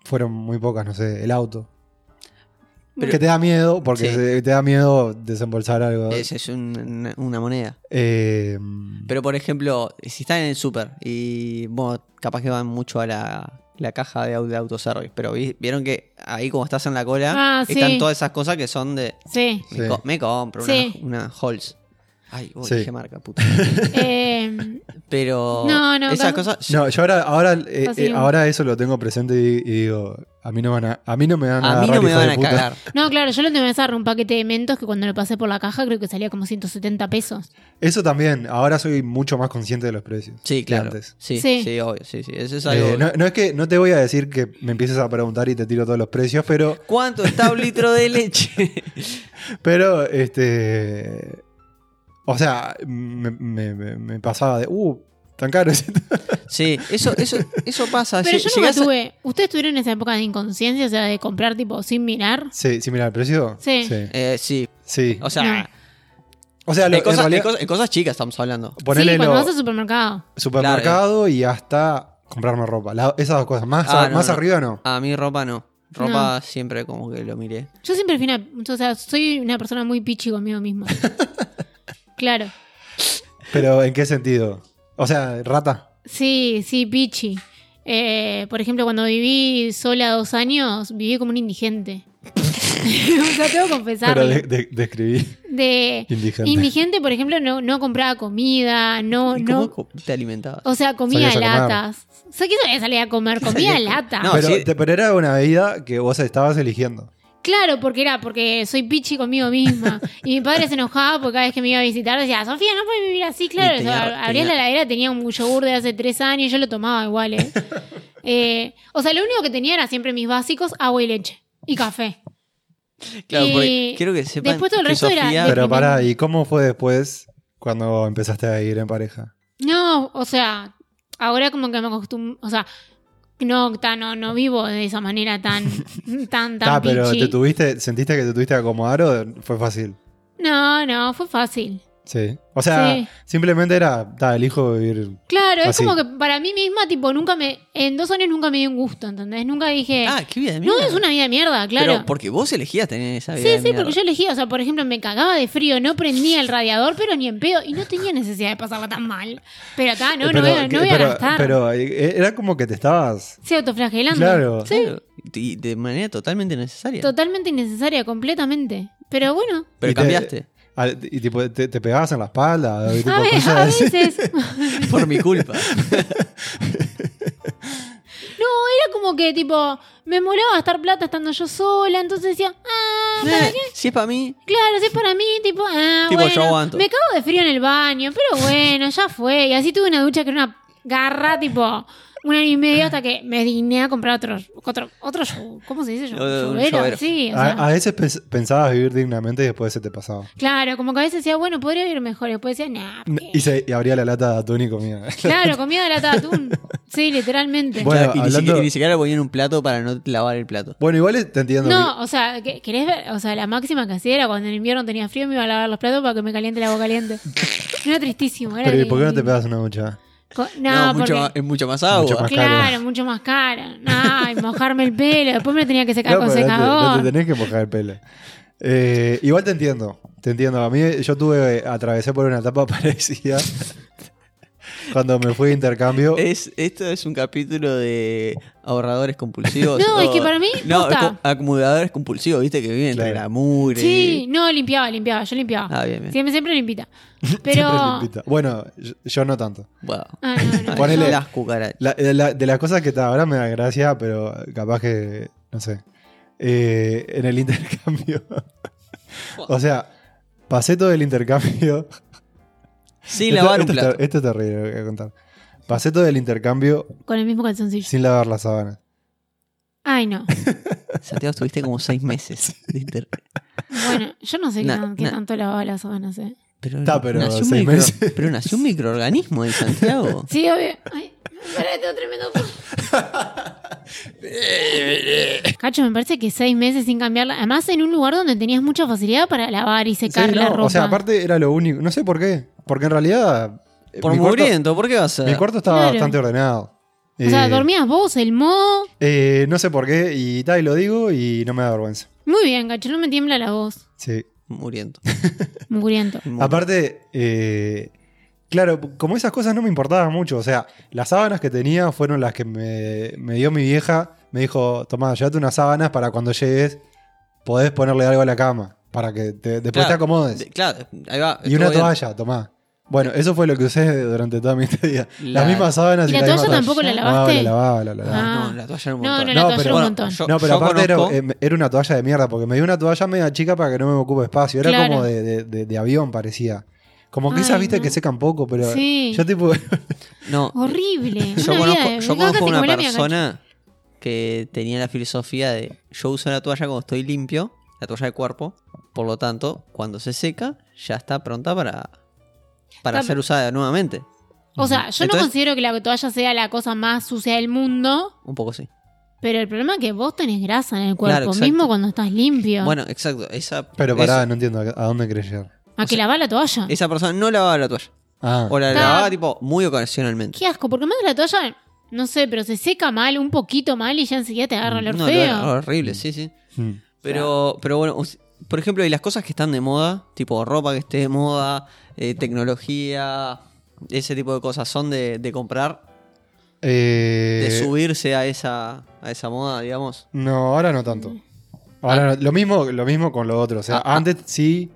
B: fueron muy pocas, no sé, el auto.
A: Pero-
B: que te da miedo, porque
A: Sí.
B: se- te da miedo desembolsar algo.
A: Es, es un- una, una moneda.
B: Eh,
A: Pero por ejemplo, si estás en el súper y vos capaz que van mucho a la, la caja de, au- de autoservice, pero vi- vieron que ahí como estás en la cola,
C: Ah, sí.
A: están todas esas cosas que son de
C: Sí.
A: me,
B: Sí.
A: co- me compro
C: Sí.
A: una, una Halls. Ay, uy,
B: Sí.
A: dije marca, puta.
C: Eh,
A: Pero
C: No, no,
A: esas
C: pasa-
A: cosas.
B: No, yo ahora, ahora, eh,
C: Así
B: eh,
C: mismo.
B: ahora eso lo tengo presente y, y digo, a mí no van a, a mí no me van a,
A: a mí no
B: agarrar,
A: me
B: hijo de
A: van a
B: puta.
A: cagar.
C: no, claro, yo lo tengo que agarrar un paquete de mentos que cuando lo pasé por la caja creo que salía como 170 pesos.
B: Eso también, ahora soy mucho más consciente de los precios.
A: Sí,
B: que
A: claro.
B: antes.
A: Sí, sí,
C: Sí.
A: obvio, sí, sí. Eso es algo.
B: Eh, no, no es que no te voy a decir que me empieces a preguntar y te tiro todos los precios, pero,
A: ¿Cuánto está un litro de leche?
B: pero este, o sea, me, me- me- me pasaba de, uh, tan caro. es esto".
A: sí, eso, eso, eso pasa.
C: Pero
A: Lle-
C: yo nunca
A: llegás a-
C: tuve. ¿Ustedes tuvieron esa época de inconsciencia, o sea, de comprar tipo sin mirar?
B: sí, sí, mira el precio.
C: Sí.
B: sí,
A: Eh, sí,
B: sí.
A: o sea,
B: O sea, lo-
A: en,
B: en
A: cosas, en
B: realidad,
A: cosas- en cosas chicas estamos hablando.
B: ponele
C: sí, cuando
B: lo-
C: vas al supermercado.
B: supermercado y hasta comprarme ropa. La- esas dos cosas. Más,
A: eh. Ah,
B: a-
A: no,
B: más
A: no.
B: arriba no.
A: A mí ropa no. Ropa siempre como que lo miré.
C: Yo siempre fui una. O sea, soy una persona muy pichi conmigo misma. claro.
B: Pero ¿en qué sentido? O sea, rata.
C: Sí, sí, pichi. Eh, por ejemplo, cuando viví sola dos años, viví como un indigente. o sea, tengo que confesarlo.
B: Pero de-
C: De,
B: de- describí indigente.
C: indigente, por ejemplo, no, no compraba comida, Oh, no,
A: ¿Y
C: no.
A: ¿Cómo te alimentabas?
C: O sea, comía
B: Salías a comer.
C: latas. O sea, ¿qué solía salir a comer? Comía
A: Salías a-
C: lata.
A: no,
B: pero,
A: sí.
B: te- pero era una bebida que vos estabas eligiendo.
C: Claro, porque era porque soy pichi conmigo misma. y mi padre se enojaba porque cada vez que me iba a visitar decía, Sofía, no puedes vivir así, claro.
A: Y
C: O
A: tenía-
C: sea,
A: tenía-
C: abrías la heladera, tenía un yogur de hace tres años, yo lo tomaba igual, ¿eh? Eh, O sea, lo único que tenía era siempre mis básicos, agua y leche. Y café.
A: Claro, porque
C: y
A: quiero que sepan
C: después todo el
A: que
C: resto era
A: Sofía-
C: de-
B: Pero
C: primero.
B: pará, ¿y cómo fue después cuando empezaste a ir en pareja?
C: No, o sea, ahora como que me acostumbro, o sea, no, ta- no, no vivo de esa manera tan, tan, tan
B: Ah, pero
C: pichi.
B: te tuviste, ¿sentiste que te tuviste que acomodar o fue fácil?
C: No, no, fue fácil.
B: Sí. O sea,
C: Sí.
B: simplemente era, ta, elijo vivir.
C: Claro, es
B: Así.
C: como que para mí misma, tipo, nunca me. En dos años nunca me dio un gusto, ¿entendés? Nunca dije.
A: Ah, qué vida de
C: no,
A: mierda.
C: es una vida de mierda, claro.
A: Pero porque vos elegías tener esa vida
C: sí,
A: de
C: sí,
A: mierda.
C: porque yo elegía, o sea, por ejemplo, me cagaba de frío, no prendía el radiador, pero ni en pedo, y no tenía necesidad de pasarla tan mal. Pero acá no,
B: Eh, pero-
C: no, voy a, no voy a
B: pero-
C: gastar.
B: pero, eh, era como que te estabas.
C: Se autoflagelando.
B: Claro.
C: Sí,
A: Claro, y de manera totalmente necesaria.
C: totalmente innecesaria, completamente. Pero bueno,
A: pero
B: Y te-
A: cambiaste.
B: al- y tipo, te, te pegabas en la espalda. o tipo
C: a, ve-
B: cosas
C: a
B: así.
C: veces.
A: Por mi culpa.
C: No, era como que, tipo, me molaba gastar plata estando yo sola, entonces decía, ah, ¿para
A: Eh, si es para mí,
C: Claro, si es para mí, tipo, ah,
A: Tipo,
C: bueno,
A: yo aguanto.
C: Me cago de frío en el baño, pero bueno, ya fue. Y así tuve una ducha que era una garra, tipo, un año y medio hasta que me digné a comprar otro, otro, otro yogur. ¿cómo se dice? Yo-
A: Eh, un
C: Llovero,
A: llovero.
C: sí. o sea.
B: A, a veces pens- pensabas vivir dignamente y después se te pasaba.
C: Claro, como que a veces decía, bueno, podría ir mejor. Y después decía, nah, ¿por qué?".
B: Y, se, y abría la lata de atún y comía.
C: Claro, comida de lata de atún. Sí, literalmente.
B: Bueno,
A: Claro, y, ni
B: hablando-
A: siquiera, y ni siquiera lo ponía en un plato para no lavar el plato.
B: Bueno, igual te entiendo.
C: No, o sea, ¿qué- ¿querés ver? O sea, la máxima que hacía era cuando en invierno tenía frío me iba a lavar los platos para que me caliente el agua caliente. Era tristísimo. Era
B: Pero ¿y por qué no te
C: tristísimo.
B: pegas una ducha?
C: Co-
A: No,
C: No,
A: mucho
C: porque...
A: más- es mucho más agua.
B: Mucho más.
C: Claro,
B: cara.
C: mucho más cara. Ay, mojarme el pelo. Después me lo tenía que secar
B: No,
C: con
B: pero no te- no te
C: secador.
B: tenés que mojar el pelo. Eh, igual te entiendo. Te entiendo. A mí yo tuve, atravesé por una etapa parecida cuando me fui de intercambio.
C: Eh,
A: Es, esto es un capítulo de ahorradores compulsivos.
C: No,
A: o-
C: es que para mí,
A: No,
C: posta.
A: acu- acumuladores compulsivos, viste, que viven entre
B: Claro.
A: la mugre.
C: Sí, no, limpiaba, limpiaba, yo limpiaba.
A: Ah, bien, bien.
C: Siempre, siempre limpita. Pero.
B: Siempre limpita. Bueno, yo, yo no tanto.
A: Wow.
C: Ah, no, no,
B: Ponele-
C: yo-
A: las cucarachas.
B: La- de la- de las cosas que ta, ahora me da gracia, pero capaz que, no sé, Eh, en el intercambio. o sea, pasé todo el intercambio.
A: Sin lavar un
B: esto,
A: plato.
B: Está, esto es terrible, lo que voy a contar. Pasé todo el intercambio
C: Con el mismo calzoncillo.
B: sin lavar las sábanas.
C: Ay, no.
A: Santiago, estuviste como seis meses. de inter-
C: Bueno, yo no sé qué
A: Nah,
C: tan- qué
A: nah.
C: tanto lavaba las sábanas, ¿eh?
A: Pero,
B: Está, pero
A: nació un
B: seis
A: micro-
B: meses.
A: pero nació un microorganismo en Santiago.
C: Sí, obvio. Ay, pará, tengo tremendo. Cacho, me parece que seis meses sin cambiarla. Además, en un lugar donde tenías mucha facilidad para lavar y secar
B: Sí,
C: la
B: no,
C: ropa.
B: O sea, aparte era lo único. No sé por qué. Porque en realidad. eh,
A: Por
B: mi, cuarto,
A: mugriento, ¿por qué vas a...?
B: mi cuarto estaba
C: Claro.
B: bastante ordenado.
C: O sea,
B: Eh,
C: dormías vos, el modo.
B: eh, no sé por qué. Y tal, y lo digo y no me da vergüenza.
C: Muy bien, Cacho, no me tiembla la voz.
B: Sí.
A: Mugriento.
C: Mugriento.
A: Mugriento.
B: Aparte, eh, claro, como esas cosas no me importaban mucho. O sea, las sábanas que tenía fueron las que me, me dio mi vieja. Me dijo, tomá, llévate unas sábanas para cuando llegues podés ponerle algo a la cama. para que te- después
A: Claro,
B: te acomodes.
A: de- claro, ahí va.
B: y
A: estuvo
B: una
A: bien.
B: toalla, tomá. Bueno, eso fue lo que usé durante toda mi estadía.
A: Ah, La-
B: Las mismas sábanas y,
C: ¿Y la
B: la misma
C: toalla tampoco la lavaste?
B: No, la lavaba, la lavaba.
A: Ah,
C: Ah.
A: No, la toalla era un
C: No,
A: montón.
C: no, la
B: No,
C: toalla
B: pero
C: era un
B: bueno,
C: montón.
A: yo-
B: no, pero aparte era-
A: conozco-
B: em, era, una toalla de mierda, porque me dio una toalla media chica para que no me ocupe espacio. Era
C: Claro.
B: como de, de- de- de avión, parecía. Como que
C: Ay,
B: esas, viste,
C: no.
B: que secan poco, pero
C: Sí.
B: yo tipo...
A: no,
C: Horrible.
A: Yo
C: una
A: conozco,
C: vida de-
A: yo
C: me
A: conozco
C: cago casi
A: una
C: como la mía,
A: persona que tenía la filosofía de yo uso la toalla cuando estoy limpio, la toalla de cuerpo, por lo tanto, cuando se seca, ya está pronta para, para
C: Está-
A: ser usada nuevamente.
C: cacho. O sea, yo no
A: Entonces-
C: considero que la toalla sea la cosa más sucia del mundo,
A: Un poco sí.
C: pero el problema es que vos tenés grasa en el cuerpo,
A: exacto.
C: mismo cuando estás limpio.
A: Bueno, exacto. Esa,
B: Pero pará,
A: esa,
B: no entiendo a a dónde querés llegar.
C: a que lavás la toalla.
A: esa persona no lavaba la toalla.
B: Ah,
A: O la
C: Está-
A: lavaba tipo muy ocasionalmente.
C: Qué asco, porque más la toalla, no sé, pero se seca mal, un poquito mal y ya enseguida te agarra el olor
A: No,
C: feo.
A: olor- olor horrible, sí, sí.
B: mm.
A: Pero, pero bueno, us- por ejemplo, y las cosas que están de moda, tipo ropa que esté de moda, eh, tecnología, ese tipo de cosas, son de, de comprar,
B: Eh,
A: de subirse a esa, a esa moda, digamos.
B: No, ahora no tanto. Ahora no. Lo, mismo, lo mismo con lo otro. O sea,
A: Ah, ah.
B: antes sí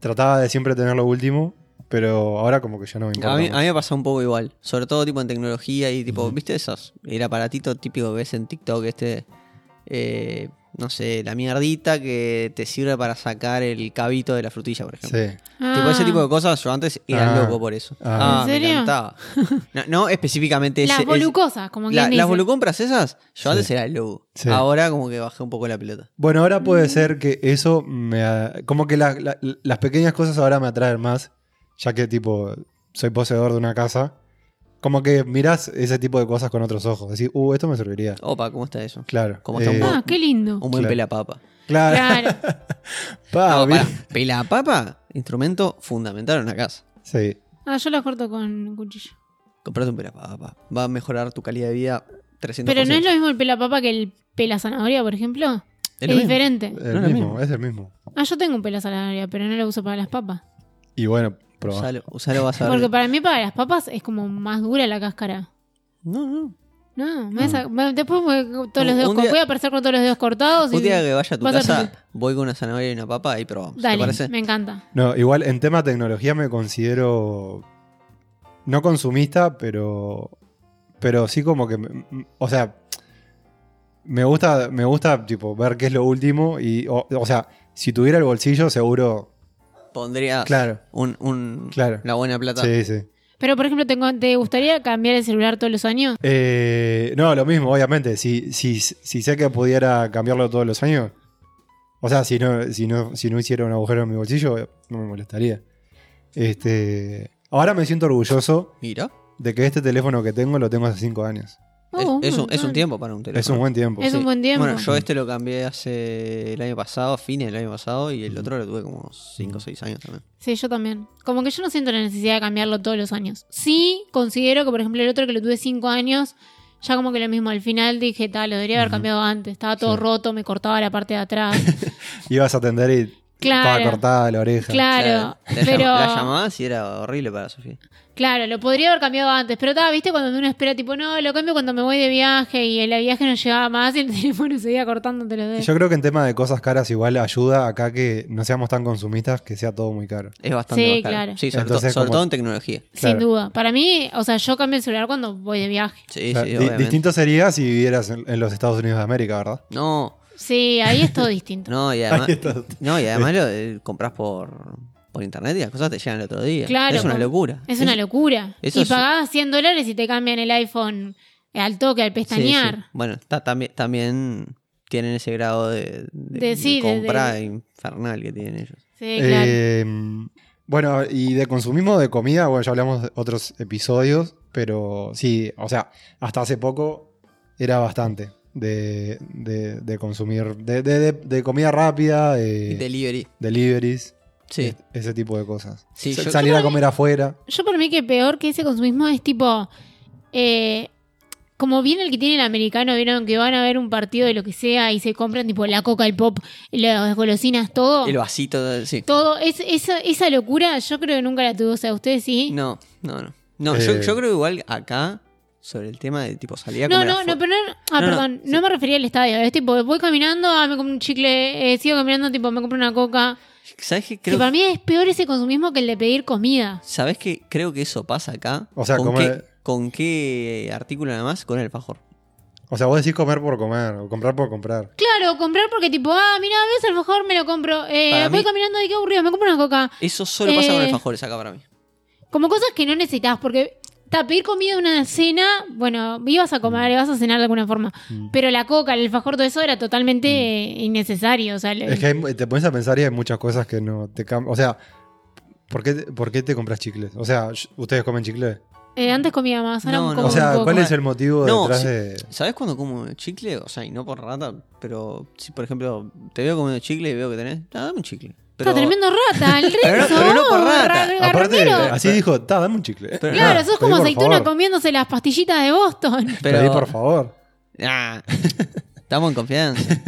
B: trataba de siempre tener lo último, pero ahora como que ya no me importa.
A: A mí,
B: mucho.
A: a mí me pasa un poco igual, sobre todo tipo en tecnología y tipo, ¿viste esos? El aparatito típico que ves en TikTok, este, eh, no sé, la mierdita que te sirve para sacar el cabito de la frutilla, por ejemplo.
B: Sí.
C: Ah,
A: Tipo ese tipo de cosas, yo antes era
B: Ah.
A: loco por eso.
B: Ah.
A: Ah,
C: ¿En
A: me
C: serio?
A: encantaba. No, no específicamente ese.
C: Las
A: ese-
C: volucosas, como quien
A: la-
C: dice.
A: las volucompras esas, yo antes era loco.
B: Sí.
A: Ahora como que bajé un poco la pelota.
B: Bueno, ahora
A: Mm.
B: puede ser que eso me... a- Como que la- la- las pequeñas cosas ahora me atraen más, ya que tipo soy poseedor de una casa. Como que mirás ese tipo de cosas con otros ojos. Decís, uh, esto me serviría.
A: Opa, ¿cómo está eso?
B: Claro.
A: Como está un
C: Ah, qué lindo.
A: Un buen
B: Claro. Ah,
A: pelapapa.
B: Claro.
C: Claro.
B: Pa,
A: No,
B: mira.
A: pará, pelapapa, instrumento fundamental en una casa.
B: Sí.
C: Ah, yo las corto con cuchillo.
A: Comprate un pelapapa. Va a mejorar tu calidad de vida 300%.
C: Pero no es lo mismo el pela papa que el pela zanahoria, por ejemplo. Es, diferente.
B: El
A: No es lo
B: mismo,
A: mismo.
B: es el mismo.
C: Ah, yo tengo un pela zanahoria, pero no lo uso para las papas.
B: Y bueno, probá.
A: Usalo, usalo, vas a ver.
C: Porque para mí, para las papas, es como más dura la cáscara.
A: No, no.
C: No, me vas a- me- después me- todos los
A: Un-
C: dedos
A: Mm. un
C: cor-
A: día-
C: voy a aparecer con todos los dedos cortados. y-
A: Un día que vaya a tu
C: vas a
A: casa,
C: tener-
A: voy con una zanahoria y una papa y probamos. ¿Te
C: Dale,
A: parece?
C: me encanta.
B: No, igual en tema tecnología me considero no consumista, pero pero sí como que me- m- o sea, me gusta me gusta tipo ver qué es lo último y o, o sea, si tuviera el bolsillo seguro,
A: Pondrías
B: Claro.
A: un, un-
B: Claro.
A: la buena plata.
B: sí, sí.
C: Pero, por ejemplo, tengo- ¿te gustaría cambiar el celular todos los años?
B: Eh, no, lo mismo, obviamente, si, si, si sé que pudiera cambiarlo todos los años, o sea, si no si no si no hiciera un agujero en mi bolsillo, eh, no me molestaría. Este, ahora me siento orgulloso
A: Mira.
B: de que este teléfono que tengo lo tengo hace 5 años.
A: es,
C: Oh,
A: es un, es un
C: montón.
A: tiempo para un teléfono.
B: Es un buen tiempo.
C: Es un buen tiempo.
A: Bueno, yo este lo cambié hace el año pasado, a fines del año pasado, y el otro lo tuve como 5 o 6 años también.
C: Sí, yo también. Como que yo no siento la necesidad de cambiarlo todos los años. Sí, considero que, por ejemplo, el otro que lo tuve cinco años, ya como que lo mismo. Al final dije, tal, lo debería haber cambiado antes. Estaba todo
B: Sí.
C: roto, me cortaba la parte de atrás.
B: Ibas a atender y
C: Claro.
B: estaba cortada la oreja.
C: claro.
A: La- la, llam-
C: pero,
A: la llamabas y era horrible para Sofía.
C: claro, lo podría haber cambiado antes. Pero estaba, viste, cuando uno espera, tipo, no, lo cambio cuando me voy de viaje y el viaje no llegaba más y el teléfono seguía cortándote los
B: Y
C: dedos.
B: Yo creo que en tema de cosas caras igual ayuda acá que no seamos tan consumistas, que sea todo muy caro.
A: Es bastante
C: Sí,
A: más caro.
C: claro.
A: Sí, sobre,
B: Entonces,
A: to- sobre
B: como-
A: todo en tecnología.
C: Sin
B: claro.
C: duda. Para mí, o sea, yo cambio el celular cuando voy de viaje.
A: Sí,
B: O sea,
A: sí,
B: di-
A: obviamente.
B: distinto sería si vivieras en, en los Estados Unidos de América, ¿verdad?
A: No,
C: Sí, ahí es todo distinto.
A: no, y además,
B: Ahí está.
A: no, y además lo eh, compras por, por internet y las cosas te llegan el otro día.
C: Claro,
A: es una
C: como-
A: locura.
C: Es una locura.
A: eso
C: y
A: es-
C: pagabas 100 dólares y te cambian el iPhone al toque, al
A: Sí, sí.
C: pestañear.
A: Bueno, está- también, también tienen ese grado de, de-
C: De- sí,
A: de
C: de- de-
A: compra infernal que tienen ellos.
C: Sí, claro.
B: Eh, bueno, y de consumismo de comida, bueno, ya hablamos de otros episodios, pero sí, o sea, hasta hace poco era bastante de, de- de consumir, de, de- de- de comida rápida,
A: Y
B: eh,
A: delivery.
B: deliveries.
A: Sí.
B: Es- Ese tipo de cosas.
A: Sí,
B: Sa-
A: yo-
B: Salir a comer afuera.
C: Yo para mí que peor que ese consumismo es tipo... eh, como viene el que tiene el americano, vieron que van a ver un partido de lo que sea y se compran tipo la coca, el pop, las golosinas, todo.
A: El vasito, de- sí.
C: Todo. Es, esa, esa locura yo creo que nunca la tuve. O sea, ustedes sí.
A: No, no, no. No, yo,
B: Eh.
A: yo creo igual acá, sobre el tema de tipo salía
C: No,
A: como
C: no, no, pero no,
A: No,
C: ah,
A: no,
C: perdón, no me refería al estadio. Es tipo, voy caminando, ah, me compro un chicle, eh, sigo caminando, tipo, me compro una coca.
A: ¿Sabes qué?
C: Que
A: Creo,
C: para mí es peor ese consumismo que el de pedir comida.
A: ¿sabés qué? Creo que eso pasa acá.
B: O sea,
A: ¿con
B: como
A: qué,
B: el-
A: ¿con qué artículo nada más? Con el alfajor.
B: O sea, vos decís comer por comer, o comprar por comprar.
C: Claro, comprar porque tipo, ah, mira, ves, a lo mejor me lo compro. Eh,
A: Para
C: voy
A: mí-
C: caminando y qué aburrido, me compro una coca.
A: Eso solo pasa con
C: Eh.
A: alfajores acá para mí.
C: Como cosas que no necesitas, porque ta, pedir comida en una cena, bueno, ibas a comer, ibas a cenar de alguna forma.
B: Mm.
C: Pero la coca, el alfajor, todo eso era
A: Mm.
C: totalmente eh, innecesario. O sea, le-
B: Es que hay- te pones a pensar y hay muchas cosas que no te cambian. O sea, ¿por qué, te- ¿por qué te compras chicles? O sea, sh- ¿ustedes comen chicle?
C: eh, antes comía más, ahora
A: No, no.
C: como
B: O sea,
C: un poco.
B: ¿cuál es el motivo
A: No,
B: detrás
A: sí.
B: de...?
A: ¿Sabes cuando como chicle? O sea, y no por rata, pero si por ejemplo te veo comiendo chicle y veo que tenés, ah, dame un chicle. Pero,
C: Está tremendo rata, el
A: Pero no-
C: rezo,
A: pero no por rata. eh,
C: gar-
B: Aparte,
C: garrotero.
B: así dijo, ta, dame un chicle.
A: Pero-
C: Claro,
B: Ah,
C: sos
B: pedí
C: como
B: por
C: aceituna
B: favor.
C: comiéndose las pastillitas de Boston.
A: pero-
B: Pedí por favor.
A: Ah, estamos en confianza.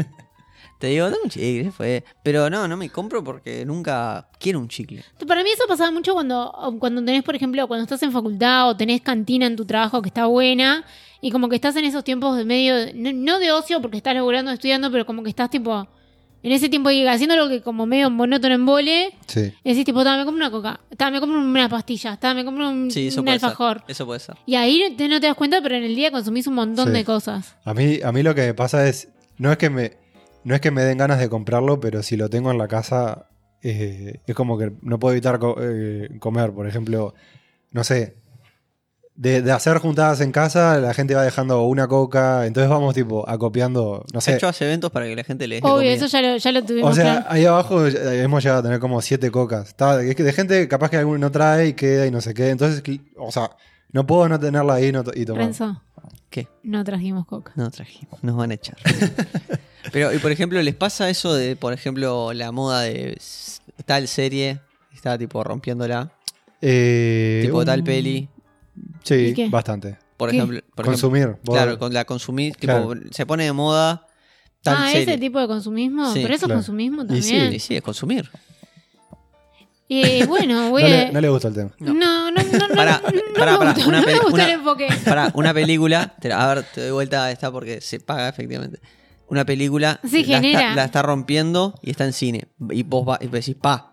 A: te digo, dame un chicle, ya fue. Pero no, no me compro porque nunca quiero un chicle.
C: Para mí eso pasaba mucho cuando, cuando tenés, por ejemplo, cuando estás en facultad o tenés cantina en tu trabajo que está buena y como que estás en esos tiempos de medio, de- no, no de ocio porque estás laburando, estudiando, pero como que estás tipo, en ese tiempo que- haciendo algo que como medio monótono en vole,
B: Sí.
C: y decís tipo, "Ta, me compro una coca, ta, me compro unas pastillas, ta, me compro un,
A: Sí, eso
C: un
A: puede
C: alfajor.
A: ser. Eso puede ser.
C: Y ahí te- no te das cuenta, pero en el día consumís un montón
B: Sí.
C: de cosas.
B: A mí, a mí lo que me pasa es, no es que me, no es que me den ganas de comprarlo, pero si lo tengo en la casa, eh, es como que no puedo evitar co- eh, comer. Por ejemplo, no sé, de, de hacer juntadas en casa, la gente va dejando una coca, entonces vamos tipo acopiando, no
A: De
B: sé.
A: hecho, hace eventos para que la gente le dé
C: Obvio,
A: comida.
C: eso ya lo, ya lo tuvimos
B: O sea,
C: claro.
B: ahí abajo eh, hemos llegado a tener como siete cocas. Está- es que de gente capaz que alguno no trae y queda y no sé qué. Entonces, cl- o sea, no puedo no tenerla ahí y no to- y tomar.
C: Renzo,
A: ¿Qué?
C: no trajimos coca.
A: No trajimos, nos van a echar. Pero, y por ejemplo, ¿les pasa eso de, por ejemplo, la moda de s- tal serie? Está tipo rompiéndola.
B: Eh,
A: tipo
B: un-
A: tal peli.
C: ¿Y
B: Sí,
C: qué?
B: bastante.
A: Por
C: ¿Qué?
A: ejemplo. Por ejemplo-
B: Consumir. vos-
A: claro, con la consumís, tipo,
B: Claro.
A: se pone de moda tal
C: ah,
A: serie.
C: ese tipo de consumismo,
A: Sí,
C: pero eso
B: claro.
C: es consumismo
B: Y sí,
C: también.
A: Y sí, es consumir.
C: Eh, bueno, voy
B: no,
C: a...
B: le, no le gusta el tema.
C: No, no, no, no,
A: Pará,
C: no, no
A: pará,
C: me
A: pará,
C: gustó,
A: una
C: no me
A: peli-
C: gustó
A: una- Mm.
C: el enfoque.
A: Para una película, te la- a ver, te doy vuelta a esta porque se paga efectivamente. Una película
C: Sí,
A: la,
C: genera.
A: Está, la está rompiendo y está en cine. Y vos va- y decís, pa,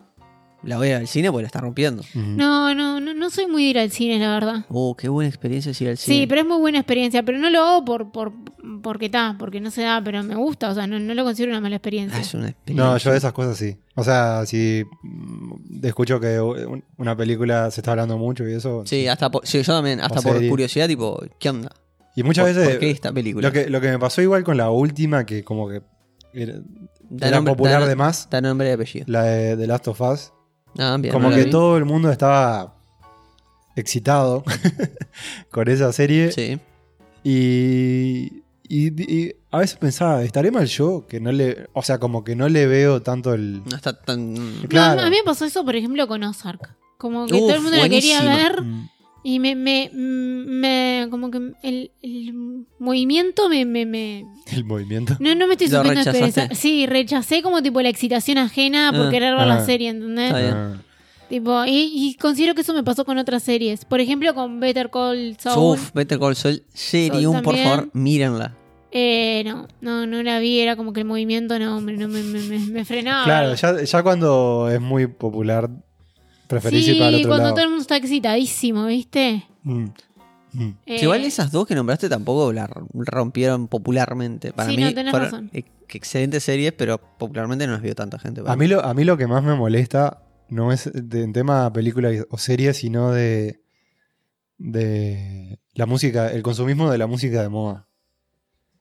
A: la voy a ir al cine porque la está rompiendo.
C: No, no, no, no soy muy de ir al cine, la verdad.
A: Oh, qué buena experiencia es ir al
C: Sí,
A: cine.
C: pero es muy buena experiencia, pero no lo hago por, por porque está, porque no se da, pero me gusta, o sea, no, no lo considero una mala
A: Ah,
C: experiencia.
A: es una experiencia.
B: No, yo de esas cosas sí. O sea, si mm, escucho que un- una película se está hablando mucho y eso.
A: Sí, hasta por- sí, yo también, hasta por
B: serie.
A: curiosidad, tipo, ¿qué onda?
B: Y muchas
A: ¿Por,
B: veces.
A: por qué esta película?
B: lo, que, lo que me pasó igual con la última, que como que era,
A: Da
B: era
A: nombre-
B: popular
A: da-
B: de más,
A: Da nombre y apellido.
B: la de, de Last of Us.
A: Ah, bien,
B: como
A: no la
B: que
A: vi.
B: todo el mundo estaba excitado con esa serie.
A: Sí.
B: Y, y- y a veces pensaba, ¿estaré mal yo? Que no le. O sea, como que no le veo tanto el.
A: No está tan.
C: No,
B: claro.
C: a mí me pasó eso, por ejemplo, con Ozark. Como que
A: Uf,
C: todo el mundo la quería
A: buenísima.
C: ver
B: Mm.
C: y me, me, mm, me como que el, el movimiento me, me, me,
B: El movimiento.
C: No, no me estoy
A: ¿Lo
C: sintiendo
A: rechazaste?
C: esperanza. Sí, rechacé como tipo la excitación ajena por
A: Ah.
C: querer ver
B: Ah.
C: la serie, ¿entendés?
A: Está bien.
B: Ah.
C: Tipo, y, y considero que eso me pasó con otras series. Por ejemplo, con Better Call Saul.
A: Uf, Better Call Saul, serie,
C: Saul
A: un, por
C: también.
A: favor, mírenla.
C: Eh, no, no, no la vi, era como que el movimiento no, hombre, no me, me, me- me frenaba.
B: Claro, ya, ya cuando es muy popular, preferís ir
C: sí,
B: para el otro
C: cuando
B: lado.
C: todo el mundo está excitadísimo, ¿viste?
B: Mm. Mm.
C: Eh,
A: Si igual esas dos que nombraste tampoco la rompieron popularmente. Para
C: Sí,
A: mí
C: no, tenés
A: fueron
C: razón.
A: ex- excelentes series, pero popularmente no las vio tanta gente.
B: A, mí lo, a mí lo que más me molesta no es de- en tema película y- o serie, sino de, de la música, el consumismo de la música de moda.